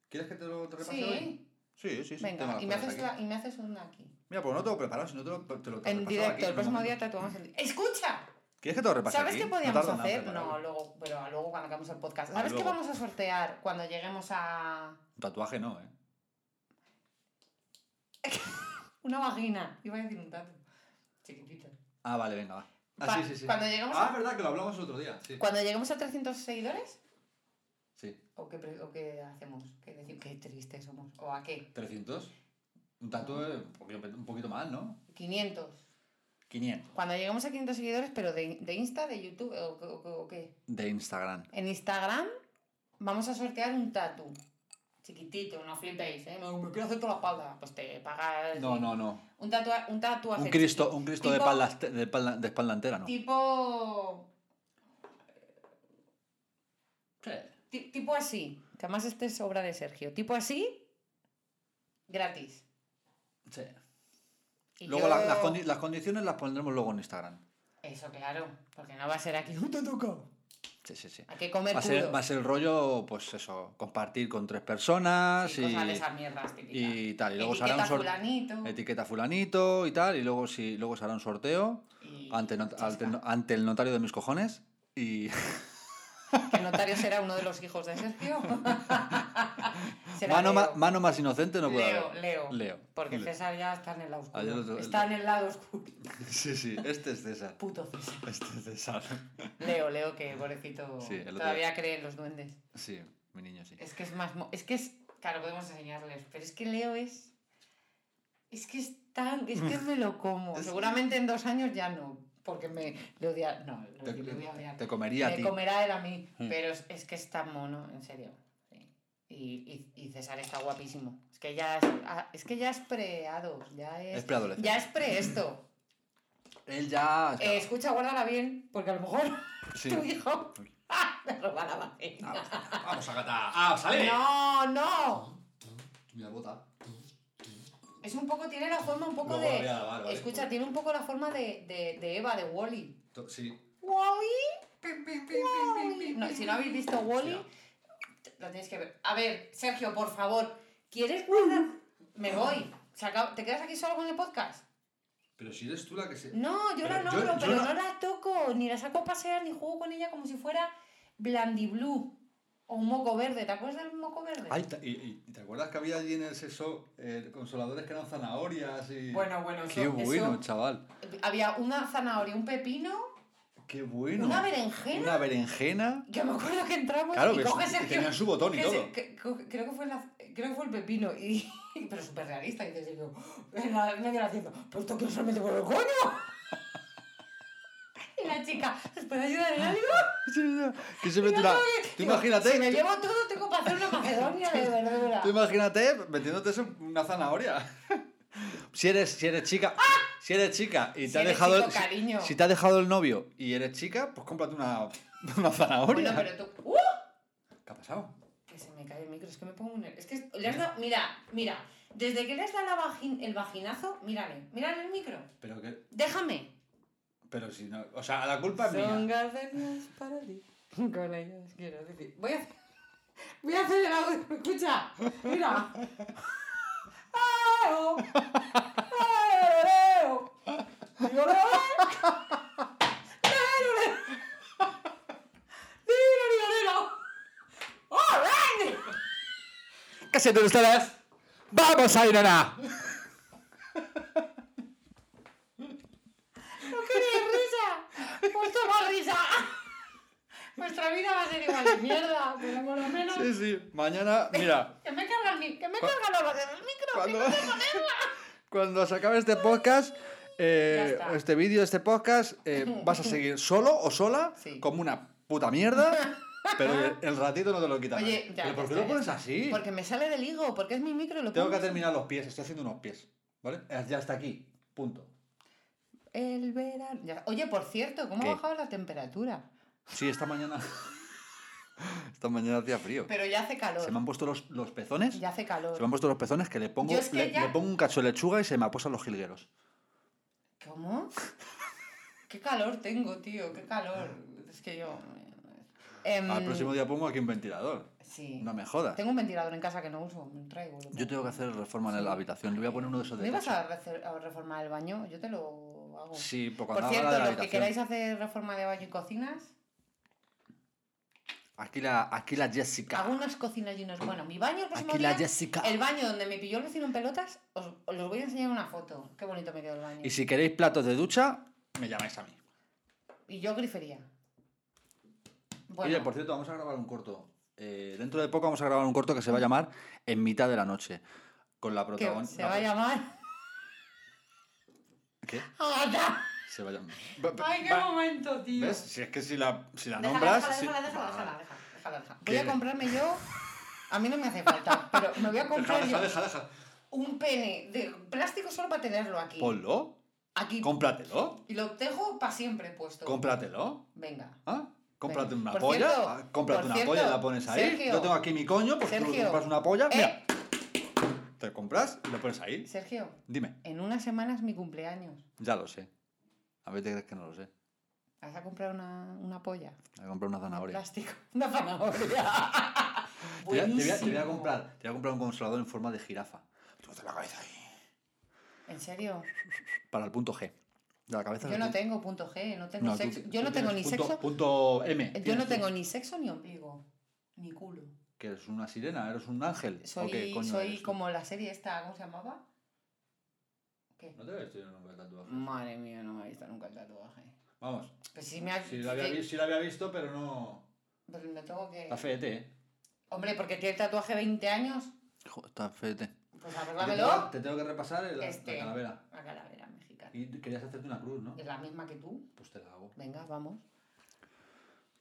Speaker 1: ¿Quieres que te lo te repase
Speaker 2: Sí.
Speaker 1: hoy? Sí, sí, sí. tengo
Speaker 2: Venga,
Speaker 1: las
Speaker 2: y me,
Speaker 1: cosas
Speaker 2: haces
Speaker 1: aquí.
Speaker 2: la- y me haces una aquí.
Speaker 1: Mira, pues no tengo preparado, si no te lo, te lo te
Speaker 2: En
Speaker 1: repaso
Speaker 2: directo,
Speaker 1: aquí,
Speaker 2: el
Speaker 1: no,
Speaker 2: próximo
Speaker 1: no.
Speaker 2: día tatuamos el. ¡Escucha!
Speaker 1: ¿Quieres que te lo repase
Speaker 2: ¿Sabes
Speaker 1: aquí?
Speaker 2: qué
Speaker 1: No
Speaker 2: podíamos
Speaker 1: tarda nada en
Speaker 2: hacer?
Speaker 1: prepararlo.
Speaker 2: No, luego, pero luego cuando hagamos el podcast.
Speaker 1: Ah,
Speaker 2: ¿Sabes qué
Speaker 1: luego.
Speaker 2: vamos a sortear cuando lleguemos a
Speaker 1: Un tatuaje no, ¿eh?
Speaker 2: una vagina? Iba a decir un tatu. Chiquitito.
Speaker 1: Ah, vale, venga, va. Ah,
Speaker 2: Pa-
Speaker 1: sí, sí, sí.
Speaker 2: Cuando llegamos,
Speaker 1: Ah, es verdad que lo hablamos el otro día. Sí.
Speaker 2: a, cuando lleguemos a 300 seguidores,
Speaker 1: sí.
Speaker 2: ¿o qué, pre- o qué hacemos? ¿Qué decimos? ¿Qué tristes somos? ¿O a qué?
Speaker 1: ¿300? Un tatu eh, un poquito, un poquito más, ¿no?
Speaker 2: 500.
Speaker 1: 500.
Speaker 2: Cuando lleguemos a 500 seguidores, pero de, de Insta, de YouTube, o, o- o qué?
Speaker 1: De Instagram.
Speaker 2: En Instagram vamos a sortear un tatu. Chiquitito, no flipéis, ¿eh? Me, me quiero hacer toda la espalda. Pues te pagas.
Speaker 1: No, no, no.
Speaker 2: Un, tatua- un tatuaje.
Speaker 1: Un Cristo, un Cristo de,
Speaker 2: Tipo-
Speaker 1: espalda, de, espalda, de espalda entera, ¿no?
Speaker 2: Tipo.
Speaker 1: Sí.
Speaker 2: ti- tipo así. Que además este es obra de Sergio. Tipo así. Gratis.
Speaker 1: Sí.
Speaker 2: Y
Speaker 1: Luego
Speaker 2: yo-
Speaker 1: la- las, condi- las condiciones las pondremos luego en Instagram.
Speaker 2: Eso, claro. Porque no va a ser aquí. ¡No te toca!
Speaker 1: Sí, sí, sí.
Speaker 2: Hay que comer
Speaker 1: Va a, ser,
Speaker 2: culo.
Speaker 1: va a ser el rollo, pues eso, compartir con tres personas
Speaker 2: Sí,
Speaker 1: y,
Speaker 2: cosas de esas mierdas típicas.
Speaker 1: y tal. Y luego se hará un
Speaker 2: Etiqueta
Speaker 1: sorteo.
Speaker 2: fulanito.
Speaker 1: Etiqueta fulanito y tal. Y luego, si, luego se hará un sorteo
Speaker 2: y
Speaker 1: ante, el not-
Speaker 2: ya
Speaker 1: ante el
Speaker 2: está.
Speaker 1: no- ante el notario de mis cojones. Y
Speaker 2: Que el notario será uno de los hijos de Sergio. Será
Speaker 1: mano, ma-
Speaker 2: Leo.
Speaker 1: mano más inocente no puede
Speaker 2: Leo,
Speaker 1: haber.
Speaker 2: Leo.
Speaker 1: Leo.
Speaker 2: Porque
Speaker 1: Leo.
Speaker 2: César ya está en el lado oscuro.
Speaker 1: Ah, ya lo-
Speaker 2: Está en el lado oscuro.
Speaker 1: Sí, sí, este es César.
Speaker 2: Puto César.
Speaker 1: Este es César.
Speaker 2: Leo, Leo, que pobrecito
Speaker 1: Sí, el otro-
Speaker 2: todavía cree en los duendes.
Speaker 1: Sí, mi niño, sí.
Speaker 2: Es que es más... mo- Es que es... Claro, podemos enseñarles, pero es que Leo es... Es que es tan... Es que me lo como.
Speaker 1: Es que-
Speaker 2: Seguramente en dos años ya no, porque me... Le odia... No, lo-
Speaker 1: Te,
Speaker 2: le voy a odiar.
Speaker 1: te comería a
Speaker 2: Me
Speaker 1: ti.
Speaker 2: comerá él a mí,
Speaker 1: Mm.
Speaker 2: pero es, es que es tan mono, en serio. sí. Y, y- y César está guapísimo. Es que ya es, ah, es, que ya es preado, ya es...
Speaker 1: Es preadolescente.
Speaker 2: Ya es pre esto.
Speaker 1: Él ya.
Speaker 2: Eh, escucha, guárdala bien, porque a lo mejor
Speaker 1: Sí. Ah,
Speaker 2: tu hijo te roba la vagina.
Speaker 1: Vamos, vamos a catar. ¡Ah, sale!
Speaker 2: No, no.
Speaker 1: Mira, bota.
Speaker 2: Es un poco, tiene la forma un poco
Speaker 1: Luego la voy
Speaker 2: de.
Speaker 1: a lavar, ¿vale?
Speaker 2: Escucha, tiene un poco la forma de, de, de Eva, de Wally.
Speaker 1: To- Sí.
Speaker 2: ¿Wally?
Speaker 3: Pim, pim, pim, pim, pim,
Speaker 2: No,
Speaker 3: pim,
Speaker 2: si no habéis visto Wally, lo tenéis que ver. A ver, Sergio, por favor, ¿quieres guardar? Me voy. Se acaba- ¿Te quedas aquí solo con el podcast?
Speaker 1: Pero si eres tú la que se.
Speaker 2: No, yo la
Speaker 1: Pero yo-
Speaker 2: nombro,
Speaker 1: yo
Speaker 2: pero
Speaker 1: no-
Speaker 2: no... la toco, ni la saco a pasear, ni juego con ella como si fuera Blandiblue o un moco verde. ¿Te acuerdas del moco verde?
Speaker 1: Ay, ta- y, y- y te acuerdas que había allí en el sexo eh, consoladores que eran zanahorias y.
Speaker 3: Bueno, bueno, eso,
Speaker 1: Qué bueno,
Speaker 3: eso-
Speaker 1: chaval.
Speaker 2: Había una zanahoria, un pepino,
Speaker 1: Qué bueno.
Speaker 2: una berenjena.
Speaker 1: Una berenjena.
Speaker 2: Yo me acuerdo que entramos
Speaker 1: Claro,
Speaker 2: y
Speaker 1: que
Speaker 2: coge
Speaker 1: sí,
Speaker 2: Sergio-
Speaker 1: que tenían su botón y
Speaker 2: que
Speaker 1: todo.
Speaker 2: se- que- coge- creo, que fue la- creo que fue el pepino, y, pero súper realista. Y dices yo, en la medio haciendo, pero esto que solamente por el coño. y la chica, ¿os puede ayudar en algo?
Speaker 1: Sí, no, Que se mete
Speaker 2: Y
Speaker 1: una.
Speaker 2: yo, "Oye".
Speaker 1: Tú
Speaker 2: Digo,
Speaker 1: imagínate.
Speaker 2: Si me
Speaker 1: tú-
Speaker 2: llevo todo, tengo para hacer una macedonia de verdura.
Speaker 1: Tú imagínate metiéndote eso en una zanahoria. Si eres, si eres chica, si eres chica y te
Speaker 2: ¡Ah! Si
Speaker 1: ha
Speaker 2: eres
Speaker 1: dejado
Speaker 2: chico,
Speaker 1: el,
Speaker 2: cariño.
Speaker 1: si, si te ha dejado el novio y eres chica, pues cómprate una, una zanahoria.
Speaker 2: Bueno, pero tú. ¡Uh!
Speaker 1: ¿Qué ha pasado?
Speaker 2: Que se me cae el micro, es que me pongo un... Es que le has dado... Mira, mira. Desde que le has dado la vagin- el vaginazo, mírale, mírale el micro.
Speaker 1: Pero que
Speaker 2: Déjame.
Speaker 1: pero si no, o sea, la culpa es mía.
Speaker 2: gardenias para ti. Pues Con ellas quiero decir... Voy a hacer... Voy a hacer el audio, escucha. Mira. ¡Ao! ¡Ao! Digo, no. ¡Oh,
Speaker 1: ¿Qué sienten ustedes? ¡Vamos a Irena!
Speaker 2: ¡No queréis risa! ¡Pues toma risa! Vuestra vida va a ser igual de mierda, pero por lo menos.
Speaker 1: Sí, sí. Mañana, mira,
Speaker 2: Que me carga el micro, que me carga lo del micro,
Speaker 1: cuando,
Speaker 2: que no te
Speaker 1: cuando se acabe este podcast, eh,
Speaker 2: Ya está.
Speaker 1: este vídeo, este podcast, eh, vas a seguir solo o sola,
Speaker 2: Sí.
Speaker 1: como una puta mierda, pero el- el ratito no te lo quitas.
Speaker 2: Oye,
Speaker 1: nadie.
Speaker 2: ya,
Speaker 1: ¿Pero por
Speaker 2: ya
Speaker 1: qué
Speaker 2: está,
Speaker 1: lo
Speaker 2: ya
Speaker 1: pones
Speaker 2: está.
Speaker 1: así?
Speaker 2: Porque me sale del higo, porque es mi micro, lo
Speaker 1: Tengo que
Speaker 2: pongo-
Speaker 1: terminar los pies, estoy haciendo unos pies, ¿vale? Eh, Ya está aquí, punto.
Speaker 2: El verano. Ya- Oye, por cierto, ¿cómo
Speaker 1: ¿Qué?
Speaker 2: ha bajado la temperatura?
Speaker 1: Sí, esta mañana. Esta mañana hacía frío.
Speaker 2: Pero ya hace calor.
Speaker 1: Se me han puesto los, los pezones.
Speaker 2: Ya hace
Speaker 1: Se me han
Speaker 2: calor.
Speaker 1: puesto los pezones que le pongo,
Speaker 2: Yo es que
Speaker 1: le,
Speaker 2: ya-
Speaker 1: le pongo un cacho de lechuga y se me aposan los jilgueros.
Speaker 2: ¿Cómo? Qué calor tengo, tío, qué calor. Es que yo. Em,
Speaker 1: Al próximo día pongo aquí un ventilador.
Speaker 2: Sí.
Speaker 1: No me jodas.
Speaker 2: Tengo un ventilador en casa que no uso, me traigo. lo
Speaker 1: Yo tengo que hacer reforma en la habitación. Le voy a poner uno de esos
Speaker 2: ¿No
Speaker 1: de
Speaker 2: ibas
Speaker 1: techo.
Speaker 2: a, recer- a reformar el baño? Yo te lo hago.
Speaker 1: Sí, porque
Speaker 2: Por
Speaker 1: cuando
Speaker 2: cierto,
Speaker 1: haga la de
Speaker 2: los
Speaker 1: la
Speaker 2: que
Speaker 1: habitación.
Speaker 2: queráis hacer reforma de baño y cocinas,
Speaker 1: Aquí la, aquí la
Speaker 2: hago
Speaker 1: Jessica.
Speaker 2: unas cocinas y unos. Bueno, mi baño el próximo
Speaker 1: Aquí la
Speaker 2: día.
Speaker 1: Jessica.
Speaker 2: El baño donde me pilló el vecino en pelotas, os, os los voy a enseñar una foto. Qué bonito me quedó el baño.
Speaker 1: Y si queréis platos de ducha, me llamáis a mí.
Speaker 2: Y yo grifería. Bueno,
Speaker 1: Oye, por cierto, vamos a grabar un corto. Eh, dentro de poco vamos a grabar un corto que se va a llamar En mitad de la noche. Con la
Speaker 2: que
Speaker 1: protagonista.
Speaker 2: se va a llamar.
Speaker 1: ¿Qué?
Speaker 2: ¡Agata!
Speaker 1: Se va a llamar. Va- va-
Speaker 2: ¡Ay, qué
Speaker 1: va-
Speaker 2: momento, tío!
Speaker 1: ¿Ves? Si es que si la, si la
Speaker 2: Déjala,
Speaker 1: nombras.
Speaker 2: déjala,
Speaker 1: si- Ah,
Speaker 2: déjala, déjala,
Speaker 1: Vale.
Speaker 2: déjala, déjala, déjala, déjala.
Speaker 1: ¿Qué?
Speaker 2: Voy a comprarme yo. A mí no me hace falta, pero me voy a comprar
Speaker 1: Deja, deja, deja,
Speaker 2: yo
Speaker 1: deja.
Speaker 2: un pene de plástico solo para tenerlo aquí.
Speaker 1: Ponlo.
Speaker 2: Aquí.
Speaker 1: Cómpratelo.
Speaker 2: Y lo dejo para siempre puesto.
Speaker 1: Cómpratelo.
Speaker 2: Venga.
Speaker 1: ¿Ah? Cómprate
Speaker 2: Venga.
Speaker 1: una
Speaker 2: Por
Speaker 1: polla,
Speaker 2: cierto,
Speaker 1: ah, cómprate
Speaker 2: por
Speaker 1: una
Speaker 2: cierto,
Speaker 1: polla y la pones ahí.
Speaker 2: Sergio.
Speaker 1: Yo tengo aquí mi coño, pues tú
Speaker 2: Sergio.
Speaker 1: compras una polla,
Speaker 2: ¡Eh!
Speaker 1: mira, te compras y lo pones ahí.
Speaker 2: Sergio,
Speaker 1: Dime,
Speaker 2: en una semana es mi cumpleaños.
Speaker 1: ya lo sé. A ver, te crees que no lo sé.
Speaker 2: ¿Vas a comprar una, una polla?
Speaker 1: Voy a comprar una
Speaker 2: Una
Speaker 1: zanahoria.
Speaker 2: plástico. Una zanahoria.
Speaker 1: Te voy, a, te voy a- te voy a
Speaker 2: Buenísimo.
Speaker 1: comprar, te voy a comprar un consolador en forma de jirafa. Tú haces la cabeza ahí.
Speaker 2: ¿En serio?
Speaker 1: Para el punto G. De la cabeza.
Speaker 2: Yo
Speaker 1: del
Speaker 2: no
Speaker 1: punto-
Speaker 2: tengo punto G, no tengo
Speaker 1: No, tú-
Speaker 2: sexo.
Speaker 1: tú
Speaker 2: Yo no tengo ni
Speaker 1: tienes punto-
Speaker 2: sexo.
Speaker 1: Punto M.
Speaker 2: Yo no
Speaker 1: tienes tú.
Speaker 2: tengo ni sexo ni ombligo. Ni culo.
Speaker 1: Que eres una sirena, eres un ángel. ¿o qué
Speaker 2: Soy,
Speaker 1: coño
Speaker 2: soy
Speaker 1: eres tú?
Speaker 2: como la serie esta, ¿cómo se llamaba? ¿Qué?
Speaker 1: No te voy a decir el nombre del tatuaje.
Speaker 2: Madre mía, no me he visto nunca el tatuaje.
Speaker 1: Vamos,
Speaker 2: Pues si me ha...
Speaker 1: si la, había,
Speaker 2: que-
Speaker 1: vi- sí la había visto, pero no.
Speaker 2: pero me tengo que...
Speaker 1: Está feete, eh.
Speaker 2: Hombre, porque tiene el tatuaje 20 años,
Speaker 1: Jo, está feete.
Speaker 2: pues
Speaker 1: Te tengo,
Speaker 2: arréglamelo.
Speaker 1: te tengo que repasar el-
Speaker 2: Este.
Speaker 1: la calavera.
Speaker 2: La calavera mexicana.
Speaker 1: Y querías hacerte una cruz, ¿no?
Speaker 2: Es la misma que tú.
Speaker 1: Pues te la hago.
Speaker 2: Venga, vamos.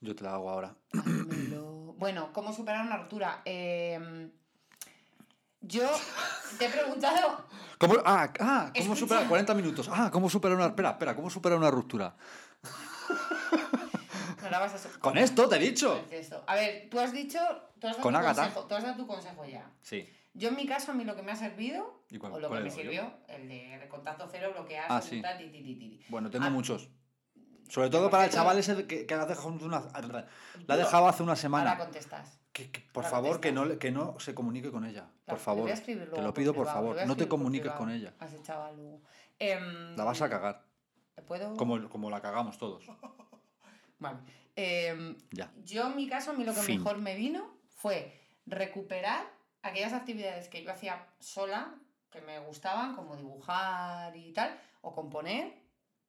Speaker 1: Yo te la hago ahora.
Speaker 2: Házmelo. Bueno, ¿cómo superar una ruptura? Eh, yo te he preguntado...
Speaker 1: ¿Cómo, ah, ah, ¿cómo
Speaker 2: Escucha.
Speaker 1: superar? 40 minutos. Ah, ¿cómo superar una... Espera, espera, ¿cómo superar una ruptura?
Speaker 2: No la vas a... su-
Speaker 1: Con esto te he dicho.
Speaker 2: Con esto. A ver, tú has dicho... Tú has dado
Speaker 1: Con
Speaker 2: tu
Speaker 1: Ágata.
Speaker 2: consejo, tú has dado tu consejo ya.
Speaker 1: Sí.
Speaker 2: Yo en mi caso, a mí lo que me ha servido,
Speaker 1: ¿Y cuál-
Speaker 2: o lo que
Speaker 1: cuál
Speaker 2: me
Speaker 1: he dado yo?
Speaker 2: sirvió, el de contacto cero, bloquear,
Speaker 1: Ah,
Speaker 2: ocultar, ti, ti, ti, ti.
Speaker 1: Bueno, tengo
Speaker 2: Ah.
Speaker 1: muchos. Sobre todo para el chaval ese que, que la, has dejado una, la ha dejado hace una
Speaker 2: Ahora
Speaker 1: semana.
Speaker 2: contestas.
Speaker 1: Que- que, por
Speaker 2: ahora
Speaker 1: favor, que
Speaker 2: contestas.
Speaker 1: no, le- que no se comunique con ella. Por
Speaker 2: Claro, le
Speaker 1: favor.
Speaker 2: voy a escribir
Speaker 1: Te
Speaker 2: luego
Speaker 1: lo pido, por
Speaker 2: privado, le
Speaker 1: favor.
Speaker 2: voy a
Speaker 1: No te
Speaker 2: escribir por
Speaker 1: comuniques
Speaker 2: privado.
Speaker 1: con ella.
Speaker 2: A ese chaval luego. Em,
Speaker 1: La vas a cagar.
Speaker 2: ¿Puedo?
Speaker 1: Como, como la cagamos todos.
Speaker 2: Vale. Em,
Speaker 1: Ya.
Speaker 2: yo en mi caso, a mí lo que
Speaker 1: Fin.
Speaker 2: mejor me vino fue recuperar aquellas actividades que yo hacía sola, que me gustaban, como dibujar y tal, o componer,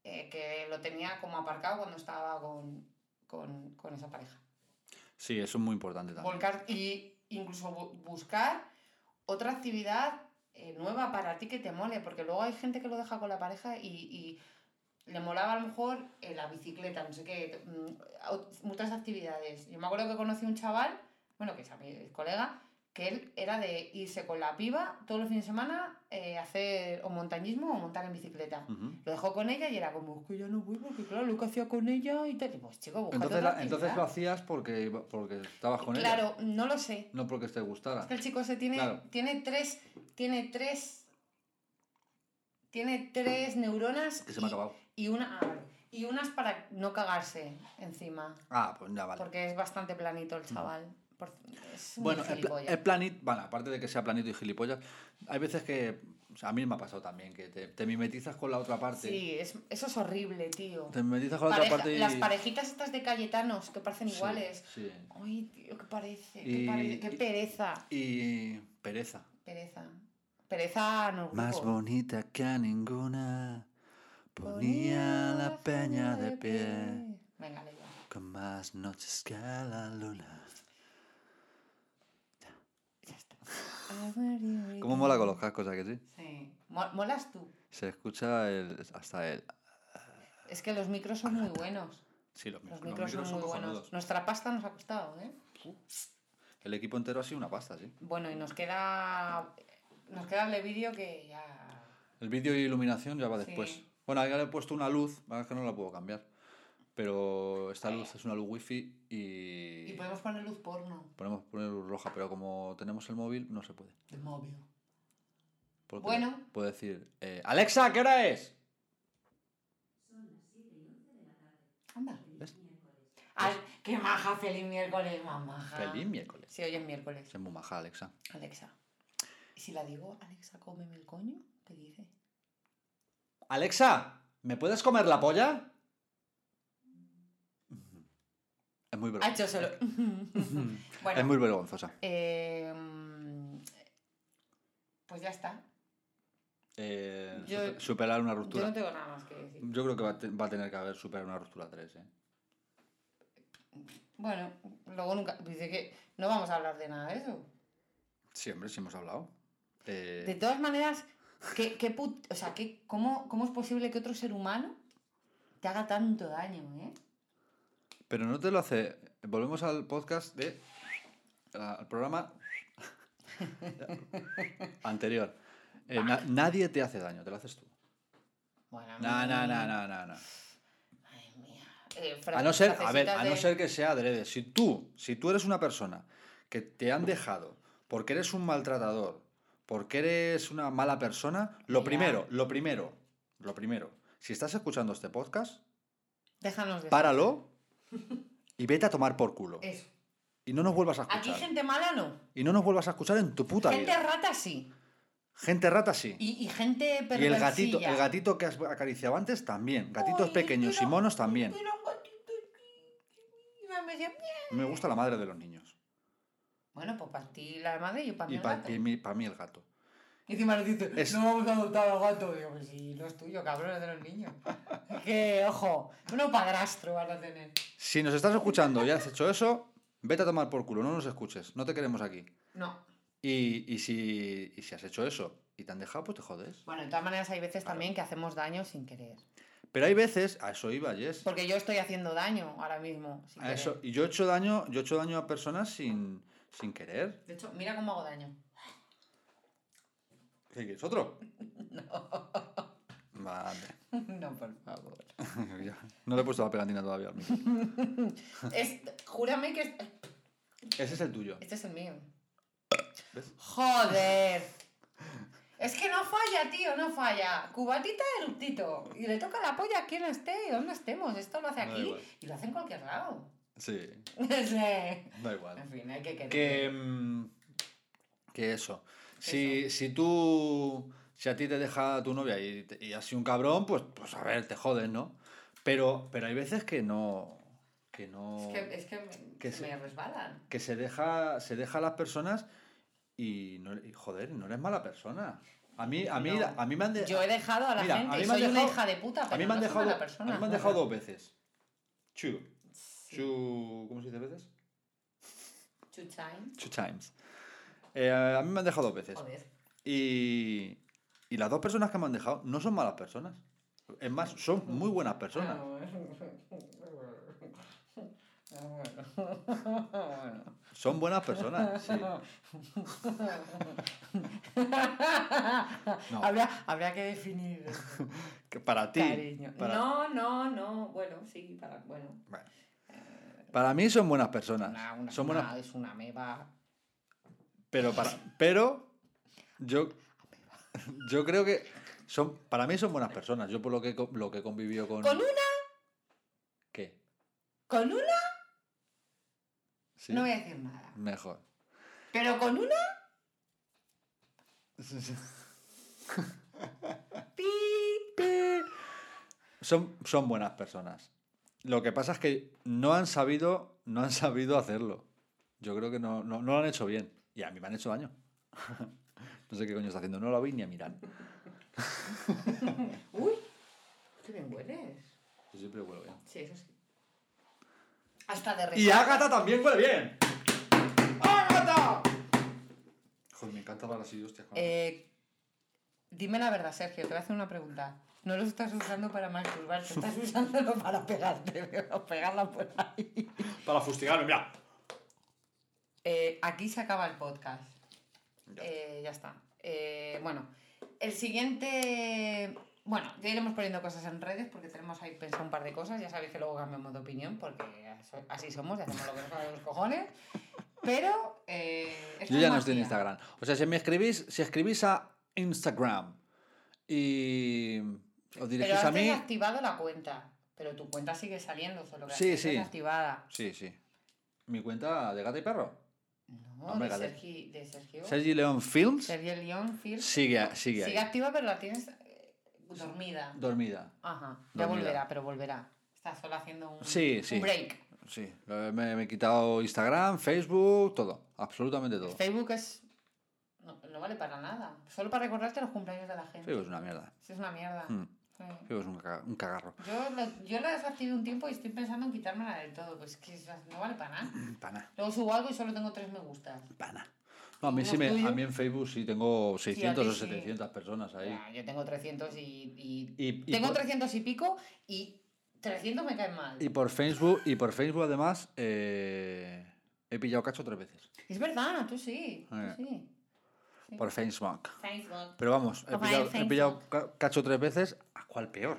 Speaker 2: eh, que lo tenía como aparcado cuando estaba con, con, con esa pareja.
Speaker 1: Sí, eso es muy importante también.
Speaker 2: volcar y incluso bu- buscar otra actividad eh, nueva para ti que te mole, porque luego hay gente que lo deja con la pareja y, y le molaba a lo mejor eh, la bicicleta, no sé qué, mm, ot- muchas actividades. Yo me acuerdo que conocí un chaval, bueno, que es mi colega, que él era de irse con la piba todos los fines de semana eh, a hacer o montañismo o montar en bicicleta.
Speaker 1: Ujú.
Speaker 2: Lo dejó con ella y era como, es que ya no voy porque claro, lo que hacía con ella y tal. Y pues chico, búscate
Speaker 1: Entonces,
Speaker 2: otra
Speaker 1: la- entonces
Speaker 2: actividad.
Speaker 1: lo hacías porque, iba- porque estabas con ella.
Speaker 2: ¿eh? Claro, no lo sé.
Speaker 1: No porque te gustara.
Speaker 2: Es que el chico se tiene,
Speaker 1: Ah, Claro.
Speaker 2: tiene tres, tiene tres, tiene tres neuronas
Speaker 1: Que se me ha
Speaker 2: y-
Speaker 1: acabado.
Speaker 2: y, una, ah, vale. y unas para no cagarse encima,
Speaker 1: Ah, pues ya vale. Mm.
Speaker 2: porque es bastante planito el chaval. Por- es muy
Speaker 1: Bueno, el, pla-
Speaker 2: gilipollas.
Speaker 1: el planit, bueno, aparte de que sea planito y gilipollas, hay veces que, o sea, a mí me ha pasado también, que te, te mimetizas con la otra parte.
Speaker 2: sí, es- eso es horrible, tío.
Speaker 1: Te mimetizas con la
Speaker 2: Pareja-
Speaker 1: otra parte y...
Speaker 2: Las parejitas estas de Cayetanos que parecen
Speaker 1: Sí,
Speaker 2: iguales.
Speaker 1: Sí.
Speaker 2: Ay, tío, qué parece,
Speaker 1: Y-
Speaker 2: qué, pare- qué
Speaker 1: y-
Speaker 2: pereza,
Speaker 1: Y pereza.
Speaker 2: pereza. Pereza no
Speaker 1: Más bonita que a ninguna, ponía la peña de pie,
Speaker 2: Venga, le digo.
Speaker 1: con más noches que la luna.
Speaker 2: Ya está. A ver, dime
Speaker 1: ¿Cómo
Speaker 2: tú.
Speaker 1: mola con los cascos, ¿a que sí?
Speaker 2: Sí. Mo- Molas tú.
Speaker 1: Se escucha el, hasta el...
Speaker 2: Es que los micros son muy buenos.
Speaker 1: Sí, los,
Speaker 2: Los
Speaker 1: micros- los
Speaker 2: micros son
Speaker 1: micros
Speaker 2: muy
Speaker 1: cojonudos.
Speaker 2: buenos. Nuestra pasta nos ha costado, ¿eh?
Speaker 1: El equipo entero ha sido una pasta, sí.
Speaker 2: Bueno, y nos queda. Nos queda el de vídeo que ya.
Speaker 1: El vídeo y iluminación ya va
Speaker 2: Sí.
Speaker 1: después. Bueno, ahí le he puesto una luz, la verdad es que no la puedo cambiar. pero esta luz es una luz wifi y,
Speaker 2: Y podemos poner luz porno
Speaker 1: podemos poner luz roja, pero como tenemos el móvil no se puede.
Speaker 2: de móvil.
Speaker 1: Porque
Speaker 2: Bueno.
Speaker 1: Puedo decir, eh, Alexa, ¿qué hora es?
Speaker 2: Anda.
Speaker 1: ¿Ves?
Speaker 2: Ay, qué maja, feliz miércoles, mamá.
Speaker 1: Feliz miércoles.
Speaker 2: Sí, hoy es miércoles.
Speaker 1: Es muy maja, Alexa.
Speaker 2: Alexa. ¿Y si la digo, Alexa, cómeme el coño? ¿Qué dice?
Speaker 1: Alexa, ¿me puedes comer la polla? Es muy
Speaker 2: Ha
Speaker 1: vergonzosa.
Speaker 2: hecho Ah, solo.
Speaker 1: Es
Speaker 2: bueno,
Speaker 1: muy vergonzosa.
Speaker 2: eh, mm, pues ya está.
Speaker 1: Eh,
Speaker 2: Yo-
Speaker 1: super- superar una
Speaker 2: Yo
Speaker 1: ruptura.
Speaker 2: no tengo nada más que decir.
Speaker 1: Yo creo que va a, te- va a tener que haber superar una ruptura 3, ¿eh?
Speaker 2: Bueno, luego nunca. Dice que no vamos a hablar de nada de eso.
Speaker 1: Siempre, sí hemos hablado. Eh,
Speaker 2: De todas maneras, ¿qué, qué put- o sea, qué- cómo, ¿cómo es posible que otro ser humano te haga tanto daño, eh?
Speaker 1: Pero no te lo hace. Volvemos al podcast de. Al programa. anterior. Eh, na- nadie te hace daño, te lo haces tú.
Speaker 2: Bueno, a mí-
Speaker 1: No, no, no, no, no. no.
Speaker 2: Ay, mía. Eh, fra-
Speaker 1: A no ser, a ver,
Speaker 2: frasecitas
Speaker 1: a no
Speaker 2: de-
Speaker 1: ser que sea adrede. Si tú, si tú eres una persona que te han dejado porque eres un maltratador, porque eres una mala persona, lo
Speaker 2: Ya.
Speaker 1: primero, lo primero, lo primero. Si estás escuchando este podcast,
Speaker 2: Déjanos de.
Speaker 1: páralo y vete a tomar por culo.
Speaker 2: Eso.
Speaker 1: Y no nos vuelvas a
Speaker 2: Eh, Aquí
Speaker 1: escuchar.
Speaker 2: gente mala no.
Speaker 1: Y no nos vuelvas a escuchar en tu puta
Speaker 2: gente
Speaker 1: vida.
Speaker 2: rata sí.
Speaker 1: Gente rata sí. Y,
Speaker 2: Y, y gente
Speaker 1: el gatito, el
Speaker 2: perversilla.
Speaker 1: gatito que has acariciado antes también. Gatitos
Speaker 2: Ay,
Speaker 1: pequeños y
Speaker 2: pero-
Speaker 1: monos también.
Speaker 2: pero un gatito aquí, que me decía,
Speaker 1: Me
Speaker 2: "Mia".
Speaker 1: gusta la madre de los niños.
Speaker 2: Bueno, pues para ti la madre y yo para mí
Speaker 1: Y
Speaker 2: el
Speaker 1: para
Speaker 2: gato.
Speaker 1: mí, pa' mí el gato.
Speaker 2: Y encima nos dice,
Speaker 1: Es-
Speaker 2: no vamos a adoptar al gato. Digo, pues si no es tuyo, cabrón, es de los niños. que, ojo, uno padrastro van a tener.
Speaker 1: Si nos estás escuchando y has hecho eso, vete a tomar por culo, no nos escuches, no te queremos aquí.
Speaker 2: No.
Speaker 1: Y, y si, y si has hecho eso y te han dejado, pues te jodes.
Speaker 2: Bueno, de todas maneras hay veces
Speaker 1: Claro.
Speaker 2: también que hacemos daño sin querer.
Speaker 1: Pero hay veces, a eso iba, Jess.
Speaker 2: Porque yo estoy haciendo daño ahora mismo. Sin
Speaker 1: A
Speaker 2: querer.
Speaker 1: eso, y yo he hecho daño, yo he hecho daño a personas sin, sin querer.
Speaker 2: De hecho, mira cómo hago daño.
Speaker 1: ¿Qué quieres? ¿Otro? No. Vale.
Speaker 2: no, por favor.
Speaker 1: Ya, No le he puesto la pegatina todavía al micro.
Speaker 2: Es, júrame que... es-
Speaker 1: Ese es el tuyo.
Speaker 2: Este es el mío.
Speaker 1: ¿Ves?
Speaker 2: Joder. Es que no falla, tío, no falla. Cubatita de eructito. Y le toca la polla a quien esté y donde estemos. Esto lo hace
Speaker 1: Me da
Speaker 2: aquí
Speaker 1: igual.
Speaker 2: y lo hace en cualquier lado.
Speaker 1: Sí,
Speaker 2: en
Speaker 1: da igual.
Speaker 2: fin, hay que querer.
Speaker 1: Que, mm, que eso. Si, si tú. Si a ti te deja tu novia y, te- y has sido un cabrón, pues, pues a ver, te jodes, ¿no? Pero, pero hay veces que no. Que no.
Speaker 2: Es que, es que, me-
Speaker 1: Que
Speaker 2: se
Speaker 1: se-
Speaker 2: me resbalan.
Speaker 1: que se deja, se deja a las personas y, no, y, joder, no eres mala persona. A mí, a mí,
Speaker 2: No.
Speaker 1: a mí me han de-
Speaker 2: Yo he dejado a la
Speaker 1: Mira,
Speaker 2: gente.
Speaker 1: a mí me han
Speaker 2: Soy una
Speaker 1: dejado-
Speaker 2: hija de puta, pero
Speaker 1: a mí me han
Speaker 2: no soy
Speaker 1: dejado,
Speaker 2: mala
Speaker 1: a
Speaker 2: persona.
Speaker 1: mí me han dejado dos veces. Chu.
Speaker 2: Sí.
Speaker 1: Chu. ¿Cómo se dice veces?
Speaker 2: Chuchain.
Speaker 1: Two times. Eh, a mí me han dejado dos veces.
Speaker 2: Joder.
Speaker 1: Y, y las dos personas que me han dejado no son malas personas. Es más, son muy buenas personas.
Speaker 2: Bueno.
Speaker 1: Son buenas personas, sí. No.
Speaker 2: Habría, habría que definir eso,
Speaker 1: Que para ti.
Speaker 2: cariño.
Speaker 1: para-
Speaker 2: No, no, no. Bueno, sí, para. Bueno.
Speaker 1: Bueno. Para mí son buenas personas.
Speaker 2: Una, una-
Speaker 1: son
Speaker 2: una-
Speaker 1: buenas,
Speaker 2: es una meba.
Speaker 1: pero para pero yo yo creo que son para mí son buenas personas. Yo por lo que co- lo que he convivido con
Speaker 2: Con una.
Speaker 1: ¿Qué?
Speaker 2: Con una.
Speaker 1: Sí.
Speaker 2: No voy a decir nada.
Speaker 1: Mejor.
Speaker 2: Pero con una. pi.
Speaker 1: Son, son buenas personas. Lo que pasa es que no han sabido, no han sabido hacerlo. Yo creo que no, no, no lo han hecho bien. Y a mí me han hecho daño. no sé qué coño está haciendo. No lo vi ni a mirar.
Speaker 2: Uy. Qué bien hueles.
Speaker 1: Yo siempre huelo bien.
Speaker 2: Sí, eso sí. Hasta de
Speaker 1: Y
Speaker 2: repente.
Speaker 1: Ágata también huele bien. ¡Ágata! Joder, me encanta hablar así, hostia. joder.
Speaker 2: Eh, dime la verdad, Sergio, te voy a hacer una pregunta. No los estás usando para masturbarte, estás usándolo para pegarte, pero pegarla por ahí.
Speaker 1: Para fustigarme, mira.
Speaker 2: Eh, aquí se acaba el podcast.
Speaker 1: Ya.
Speaker 2: Eh, ya está. Eh, bueno, el siguiente. Bueno, ya iremos poniendo cosas en redes porque tenemos ahí pensado un par de cosas. Ya sabéis que luego cambiamos de opinión porque aso- así somos, y hacemos lo que nos sale de los cojones. Pero. eh, esto
Speaker 1: Yo
Speaker 2: es
Speaker 1: ya no
Speaker 2: más
Speaker 1: estoy en
Speaker 2: mía.
Speaker 1: Instagram. O sea, si me escribís, si escribís a Instagram y os
Speaker 2: Pero
Speaker 1: dirigís
Speaker 2: has
Speaker 1: a mí.
Speaker 2: desactivado la cuenta. Pero tu cuenta sigue saliendo, solo que la
Speaker 1: Sí,
Speaker 2: tienes
Speaker 1: sí.
Speaker 2: desactivada.
Speaker 1: Sí, sí. Mi cuenta de gato y perro.
Speaker 2: No,
Speaker 1: Hombre,
Speaker 2: de,
Speaker 1: Gade-
Speaker 2: Sergi, de Sergio.
Speaker 1: Sergi León Films
Speaker 2: Sergio León, Phil.
Speaker 1: sigue, sigue
Speaker 2: Sigue
Speaker 1: ahí.
Speaker 2: activa, pero la tienes eh, dormida.
Speaker 1: Dormida.
Speaker 2: Ajá. Ya
Speaker 1: Dormida.
Speaker 2: volverá, pero volverá. Está solo haciendo un,
Speaker 1: Sí,
Speaker 2: un
Speaker 1: sí.
Speaker 2: break.
Speaker 1: Sí, lo- me, me he quitado Instagram, Facebook, todo. Absolutamente todo.
Speaker 2: Facebook es. No, no vale para nada. Solo para recordarte los cumpleaños de la gente.
Speaker 1: Facebook es una mierda.
Speaker 2: Sí, es una mierda.
Speaker 1: Mm,
Speaker 2: Sí.
Speaker 1: Facebook es un, caga- un cagarro.
Speaker 2: Yo, lo- yo la desactivé un tiempo y estoy pensando en quitármela del todo. Pues que esas- no vale para nada.
Speaker 1: Pana,
Speaker 2: Luego subo algo y solo tengo tres me gustas.
Speaker 1: pana. No, a mí, sí
Speaker 2: ¿Los
Speaker 1: me, a
Speaker 2: tuyos?
Speaker 1: mí en Facebook sí tengo 600 o
Speaker 2: sí.
Speaker 1: 700 personas ahí.
Speaker 2: Ya, yo tengo 300 y. y-
Speaker 1: Y, y
Speaker 2: tengo
Speaker 1: por-
Speaker 2: 300 y pico y 300 me caen mal.
Speaker 1: Y por Facebook, y por Facebook además, eh, he pillado cacho tres veces.
Speaker 2: Es verdad, tú sí. Tú
Speaker 1: Eh.
Speaker 2: sí. Sí.
Speaker 1: Por Facebook.
Speaker 2: Facebook.
Speaker 1: Pero vamos, he
Speaker 2: Ojalá
Speaker 1: pillado,
Speaker 2: en
Speaker 1: he pillado ca- cacho tres veces, ¿a cuál peor?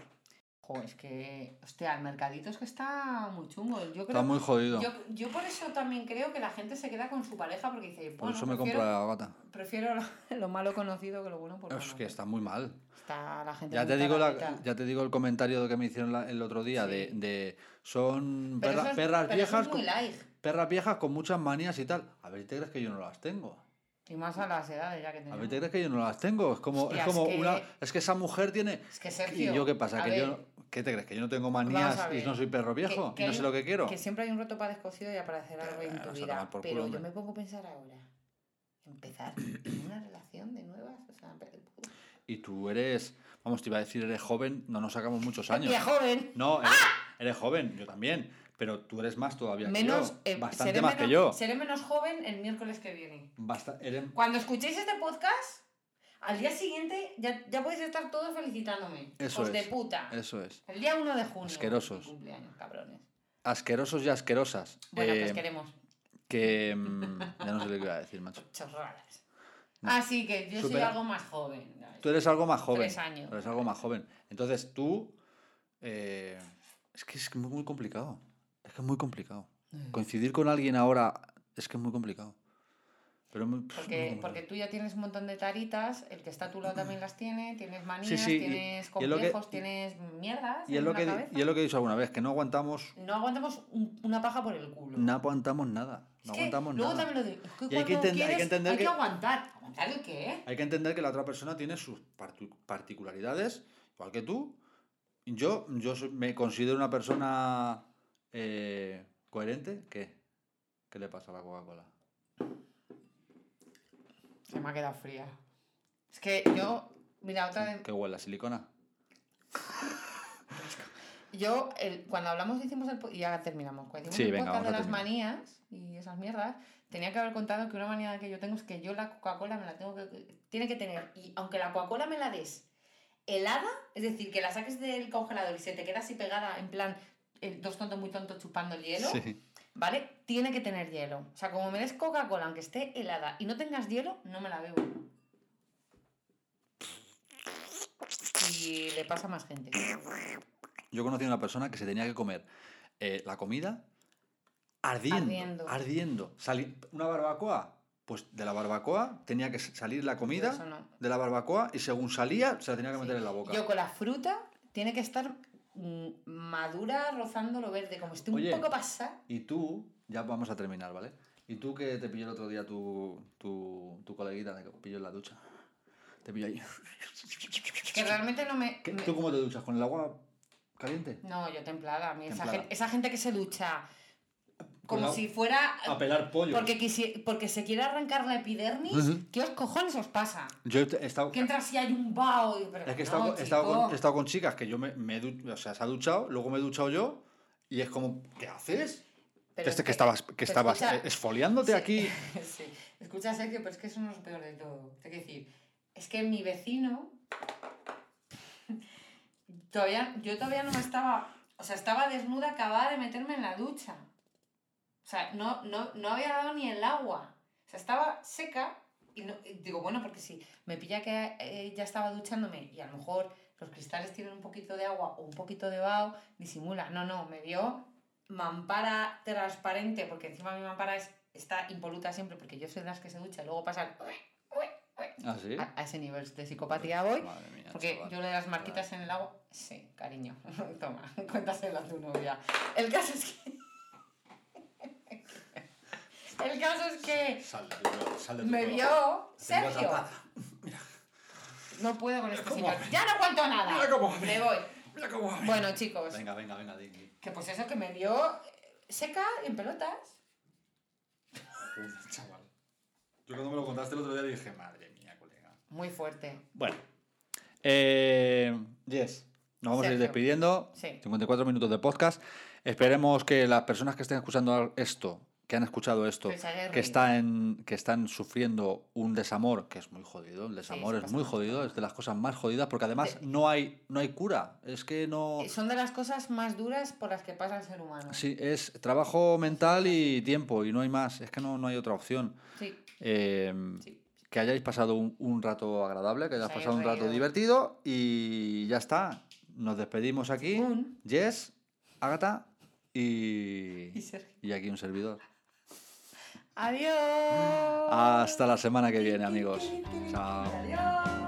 Speaker 2: Jo, es que, hostia, el mercadito es que está muy chungo. Yo creo
Speaker 1: Está muy jodido.
Speaker 2: yo, yo por eso también creo que la gente se queda con su pareja porque dice,
Speaker 1: por
Speaker 2: bueno,
Speaker 1: eso me compro
Speaker 2: prefiero,
Speaker 1: la gata.
Speaker 2: prefiero lo, lo malo conocido que lo bueno por
Speaker 1: Es que
Speaker 2: conocer".
Speaker 1: está muy mal.
Speaker 2: Está la gente
Speaker 1: Ya
Speaker 2: muy
Speaker 1: te, digo la-
Speaker 2: taradita.
Speaker 1: ya te digo el comentario que me hicieron la- el otro día
Speaker 2: Sí.
Speaker 1: de, de son
Speaker 2: Pero
Speaker 1: perra-
Speaker 2: eso es-
Speaker 1: perras
Speaker 2: pero eso
Speaker 1: viejas
Speaker 2: es muy
Speaker 1: con,
Speaker 2: light.
Speaker 1: perras viejas con muchas manías y tal. A ver, ¿te crees que yo no las tengo?
Speaker 2: Y más a las edades ya que
Speaker 1: A
Speaker 2: tenemos.
Speaker 1: ver, ¿te crees que yo no las tengo? Es como,
Speaker 2: Hostia,
Speaker 1: es como
Speaker 2: es que-
Speaker 1: una. Es que esa mujer tiene.
Speaker 2: Es que
Speaker 1: ¿Y
Speaker 2: Sergio...
Speaker 1: yo qué pasa?
Speaker 2: a
Speaker 1: ¿Que
Speaker 2: ver,
Speaker 1: yo no- ¿Qué te crees? ¿Que yo no tengo
Speaker 2: Vamos a
Speaker 1: manías y
Speaker 2: ver.
Speaker 1: no soy perro viejo?
Speaker 2: que
Speaker 1: ¿Y no
Speaker 2: hay
Speaker 1: sé
Speaker 2: un-
Speaker 1: lo que quiero?
Speaker 2: Que siempre hay un roto para descosido y aparecerá algo en
Speaker 1: vas
Speaker 2: tu
Speaker 1: a
Speaker 2: vida.
Speaker 1: tomar por
Speaker 2: pero
Speaker 1: culo,
Speaker 2: yo
Speaker 1: hombre.
Speaker 2: me pongo a pensar ahora. Empezar en una relación de nuevas. O sea, pe-
Speaker 1: Y tú eres. Vamos, te iba a decir, eres joven, no nos sacamos muchos años.
Speaker 2: Hostia, joven. ¡Ah!
Speaker 1: No, eres, eres joven, yo también. Pero tú eres más todavía
Speaker 2: Menos,
Speaker 1: que
Speaker 2: eh,
Speaker 1: yo. Bastante
Speaker 2: seré
Speaker 1: más
Speaker 2: menos-
Speaker 1: que yo.
Speaker 2: Seré menos joven el miércoles que viene.
Speaker 1: Basta- eres-
Speaker 2: Cuando escuchéis este podcast, al día siguiente ya, ya podéis estar todos felicitándome.
Speaker 1: Eso
Speaker 2: Hijos
Speaker 1: es.
Speaker 2: de puta.
Speaker 1: Eso es.
Speaker 2: El día 1 de junio.
Speaker 1: Asquerosos.
Speaker 2: Mi cumpleaños, cabrones.
Speaker 1: Asquerosos y asquerosas.
Speaker 2: Bueno, pues
Speaker 1: Eh,
Speaker 2: queremos
Speaker 1: que. mm, ya no sé lo que iba a decir, macho.
Speaker 2: chorradas.
Speaker 1: No.
Speaker 2: Así que yo soy
Speaker 1: Supera-
Speaker 2: algo más joven. ¿no?
Speaker 1: Tú eres algo más joven.
Speaker 2: Tres años.
Speaker 1: Tú eres algo más joven. Entonces tú. eh, es que es muy complicado. Es que es muy complicado.
Speaker 2: Mm.
Speaker 1: Coincidir con alguien ahora es que es muy complicado. Pero muy- pff, muy
Speaker 2: Porque,
Speaker 1: complicado.
Speaker 2: porque tú ya tienes un montón de taritas, el que está a tu lado también las tiene, tienes manías,
Speaker 1: Sí, sí, y-
Speaker 2: tienes
Speaker 1: y es lo que-
Speaker 2: complejos, tienes mierdas.
Speaker 1: y, es
Speaker 2: en
Speaker 1: lo
Speaker 2: la
Speaker 1: que, di-
Speaker 2: cabeza.
Speaker 1: y es lo que he dicho alguna vez, que no aguantamos,
Speaker 2: No aguantamos un- una paja por el culo.
Speaker 1: no aguantamos nada.
Speaker 2: Es
Speaker 1: No
Speaker 2: que
Speaker 1: aguantamos
Speaker 2: luego
Speaker 1: nada.
Speaker 2: también lo digo. Es que
Speaker 1: Y hay que
Speaker 2: cuando
Speaker 1: entender- hay que
Speaker 2: quieres,
Speaker 1: entender
Speaker 2: hay que
Speaker 1: que-
Speaker 2: aguantar. ¿Aguantar el qué?
Speaker 1: Hay que entender que la otra persona tiene sus partu- particularidades, igual que tú. Yo, yo soy- me considero una persona eh, coherente. ¿Qué? ¿Qué le pasa a la Coca-Cola?
Speaker 2: Se me ha quedado fría. Es que yo, mira, otra vez,
Speaker 1: ¿Qué huele la silicona?
Speaker 2: yo, el- cuando hablamos, hicimos el, po- y ya terminamos, cuando hicimos
Speaker 1: Sí,
Speaker 2: el
Speaker 1: venga,
Speaker 2: podcast
Speaker 1: vamos
Speaker 2: de
Speaker 1: a
Speaker 2: las
Speaker 1: terminar.
Speaker 2: manías y esas mierdas, tenía que haber contado que una manía que yo tengo es que yo la Coca-Cola me la tengo que, tiene que tener, y aunque la Coca-Cola me la des helada, es decir, que la saques del congelador y se te queda así pegada, en plan, eh, dos tontos muy tontos chupando el hielo,
Speaker 1: Sí.
Speaker 2: ¿vale? Tiene que tener hielo. O sea, como me des Coca-Cola, aunque esté helada y no tengas hielo, no me la bebo. Y le pasa a más gente.
Speaker 1: Yo conocí a una persona que se tenía que comer eh, la comida ardiendo. Ardiendo.
Speaker 2: Ardiendo.
Speaker 1: Sali- ¿Una barbacoa? Pues de la barbacoa tenía que s- salir la
Speaker 2: Yo eso
Speaker 1: comida
Speaker 2: no.
Speaker 1: de la barbacoa y según salía se la tenía que meter en la boca.
Speaker 2: Yo con la fruta tiene que estar mm, madura rozando lo verde, como esté un
Speaker 1: Oye.
Speaker 2: poco pasada.
Speaker 1: Y tú, ya vamos a terminar, ¿vale? Y tú que te pilló el otro día tu, tu, tu coleguita, te pilló en la ducha. Te pilló ahí.
Speaker 2: Que realmente no me...
Speaker 1: ¿Qué-
Speaker 2: me-
Speaker 1: ¿Tú cómo te duchas? ¿Con el agua caliente?
Speaker 2: No, yo templada. A mí esa,
Speaker 1: Templada.
Speaker 2: gente, esa gente que se ducha como
Speaker 1: la-
Speaker 2: si fuera...
Speaker 1: A pelar pollo.
Speaker 2: Porque, quisi- porque se quiere arrancar la epidermis.
Speaker 1: Ujú.
Speaker 2: ¿Qué os cojones os pasa?
Speaker 1: Yo he estado...
Speaker 2: Que entras si hay un vaho y... pero
Speaker 1: Es que he
Speaker 2: no,
Speaker 1: estado, he estado con, este
Speaker 2: chico.
Speaker 1: he estado con chicas que yo me, me he du- o sea, se ha duchado, luego me he duchado yo y es como, ¿qué haces?
Speaker 2: Pero
Speaker 1: que,
Speaker 2: es
Speaker 1: este- que estabas, que
Speaker 2: pero
Speaker 1: estabas
Speaker 2: escucha,
Speaker 1: eh, esfoliándote
Speaker 2: sí.
Speaker 1: aquí.
Speaker 2: sí. Escucha, Sergio, pero es que eso no es lo peor de todo. Te quiero decir, es que mi vecino. todavía, yo todavía no me estaba. O sea, estaba desnuda, acababa de meterme en la ducha. O sea, no, no, no había dado ni el agua. O sea, estaba seca. Y, no- y digo, bueno, porque si me pilla que eh, ya estaba duchándome y a lo mejor los cristales tienen un poquito de agua o un poquito de vaho, disimula. No, no, me dio mampara transparente, porque encima mi mampara es, está impoluta siempre, porque yo soy de las que se ducha, luego pasan
Speaker 1: ¿Ah, sí?
Speaker 2: a, a ese nivel de psicopatía voy.
Speaker 1: Madre mía,
Speaker 2: Porque
Speaker 1: chaval.
Speaker 2: yo lo de las marquitas en el agua, sí, cariño, toma, cuéntaselo a tu novia. El caso es que... El caso es que
Speaker 1: Sal de tu- sal de tu
Speaker 2: me
Speaker 1: cueva.
Speaker 2: vio
Speaker 1: Te tengo
Speaker 2: Sergio.
Speaker 1: atrapada.
Speaker 2: No puedo con este
Speaker 1: ¿Cómo
Speaker 2: señor.
Speaker 1: habla?
Speaker 2: Ya no cuento nada.
Speaker 1: Mira cómo habla.
Speaker 2: Me voy.
Speaker 1: Mira cómo habla.
Speaker 2: Bueno, pues chicos,
Speaker 1: Venga, venga, venga, di, di.
Speaker 2: que pues eso que me vio seca en pelotas.
Speaker 1: Joder, chaval. Yo cuando me lo contaste el otro día dije, madre mía, colega.
Speaker 2: Muy fuerte.
Speaker 1: Bueno. Eh, yes. Nos vamos a ir
Speaker 2: Sergio.
Speaker 1: despidiendo.
Speaker 2: Sí.
Speaker 1: 54 minutos de podcast. Esperemos que las personas que estén escuchando esto, que han escuchado esto,
Speaker 2: Que se hayan
Speaker 1: que
Speaker 2: reído.
Speaker 1: están, que están sufriendo un desamor, que es muy jodido, el desamor
Speaker 2: se
Speaker 1: es
Speaker 2: pasa
Speaker 1: muy
Speaker 2: mucho.
Speaker 1: jodido, es de las cosas más jodidas, porque además no hay, no hay cura. Es que no.
Speaker 2: Eh, Son de las cosas más duras por las que pasa el ser humano.
Speaker 1: Sí, es trabajo mental y tiempo, y no hay más. Es que no, no hay otra opción.
Speaker 2: Sí,
Speaker 1: Eh,
Speaker 2: sí.
Speaker 1: que hayáis pasado un, un rato agradable, que hayáis
Speaker 2: hayáis
Speaker 1: pasado un rato
Speaker 2: reído.
Speaker 1: divertido y ya está. Nos despedimos aquí.
Speaker 2: Un.
Speaker 1: Jess, Agatha y,
Speaker 2: Y Sergio.
Speaker 1: y aquí un servidor.
Speaker 2: Adiós.
Speaker 1: Hasta la semana que viene, amigos. Chao.
Speaker 2: Adiós.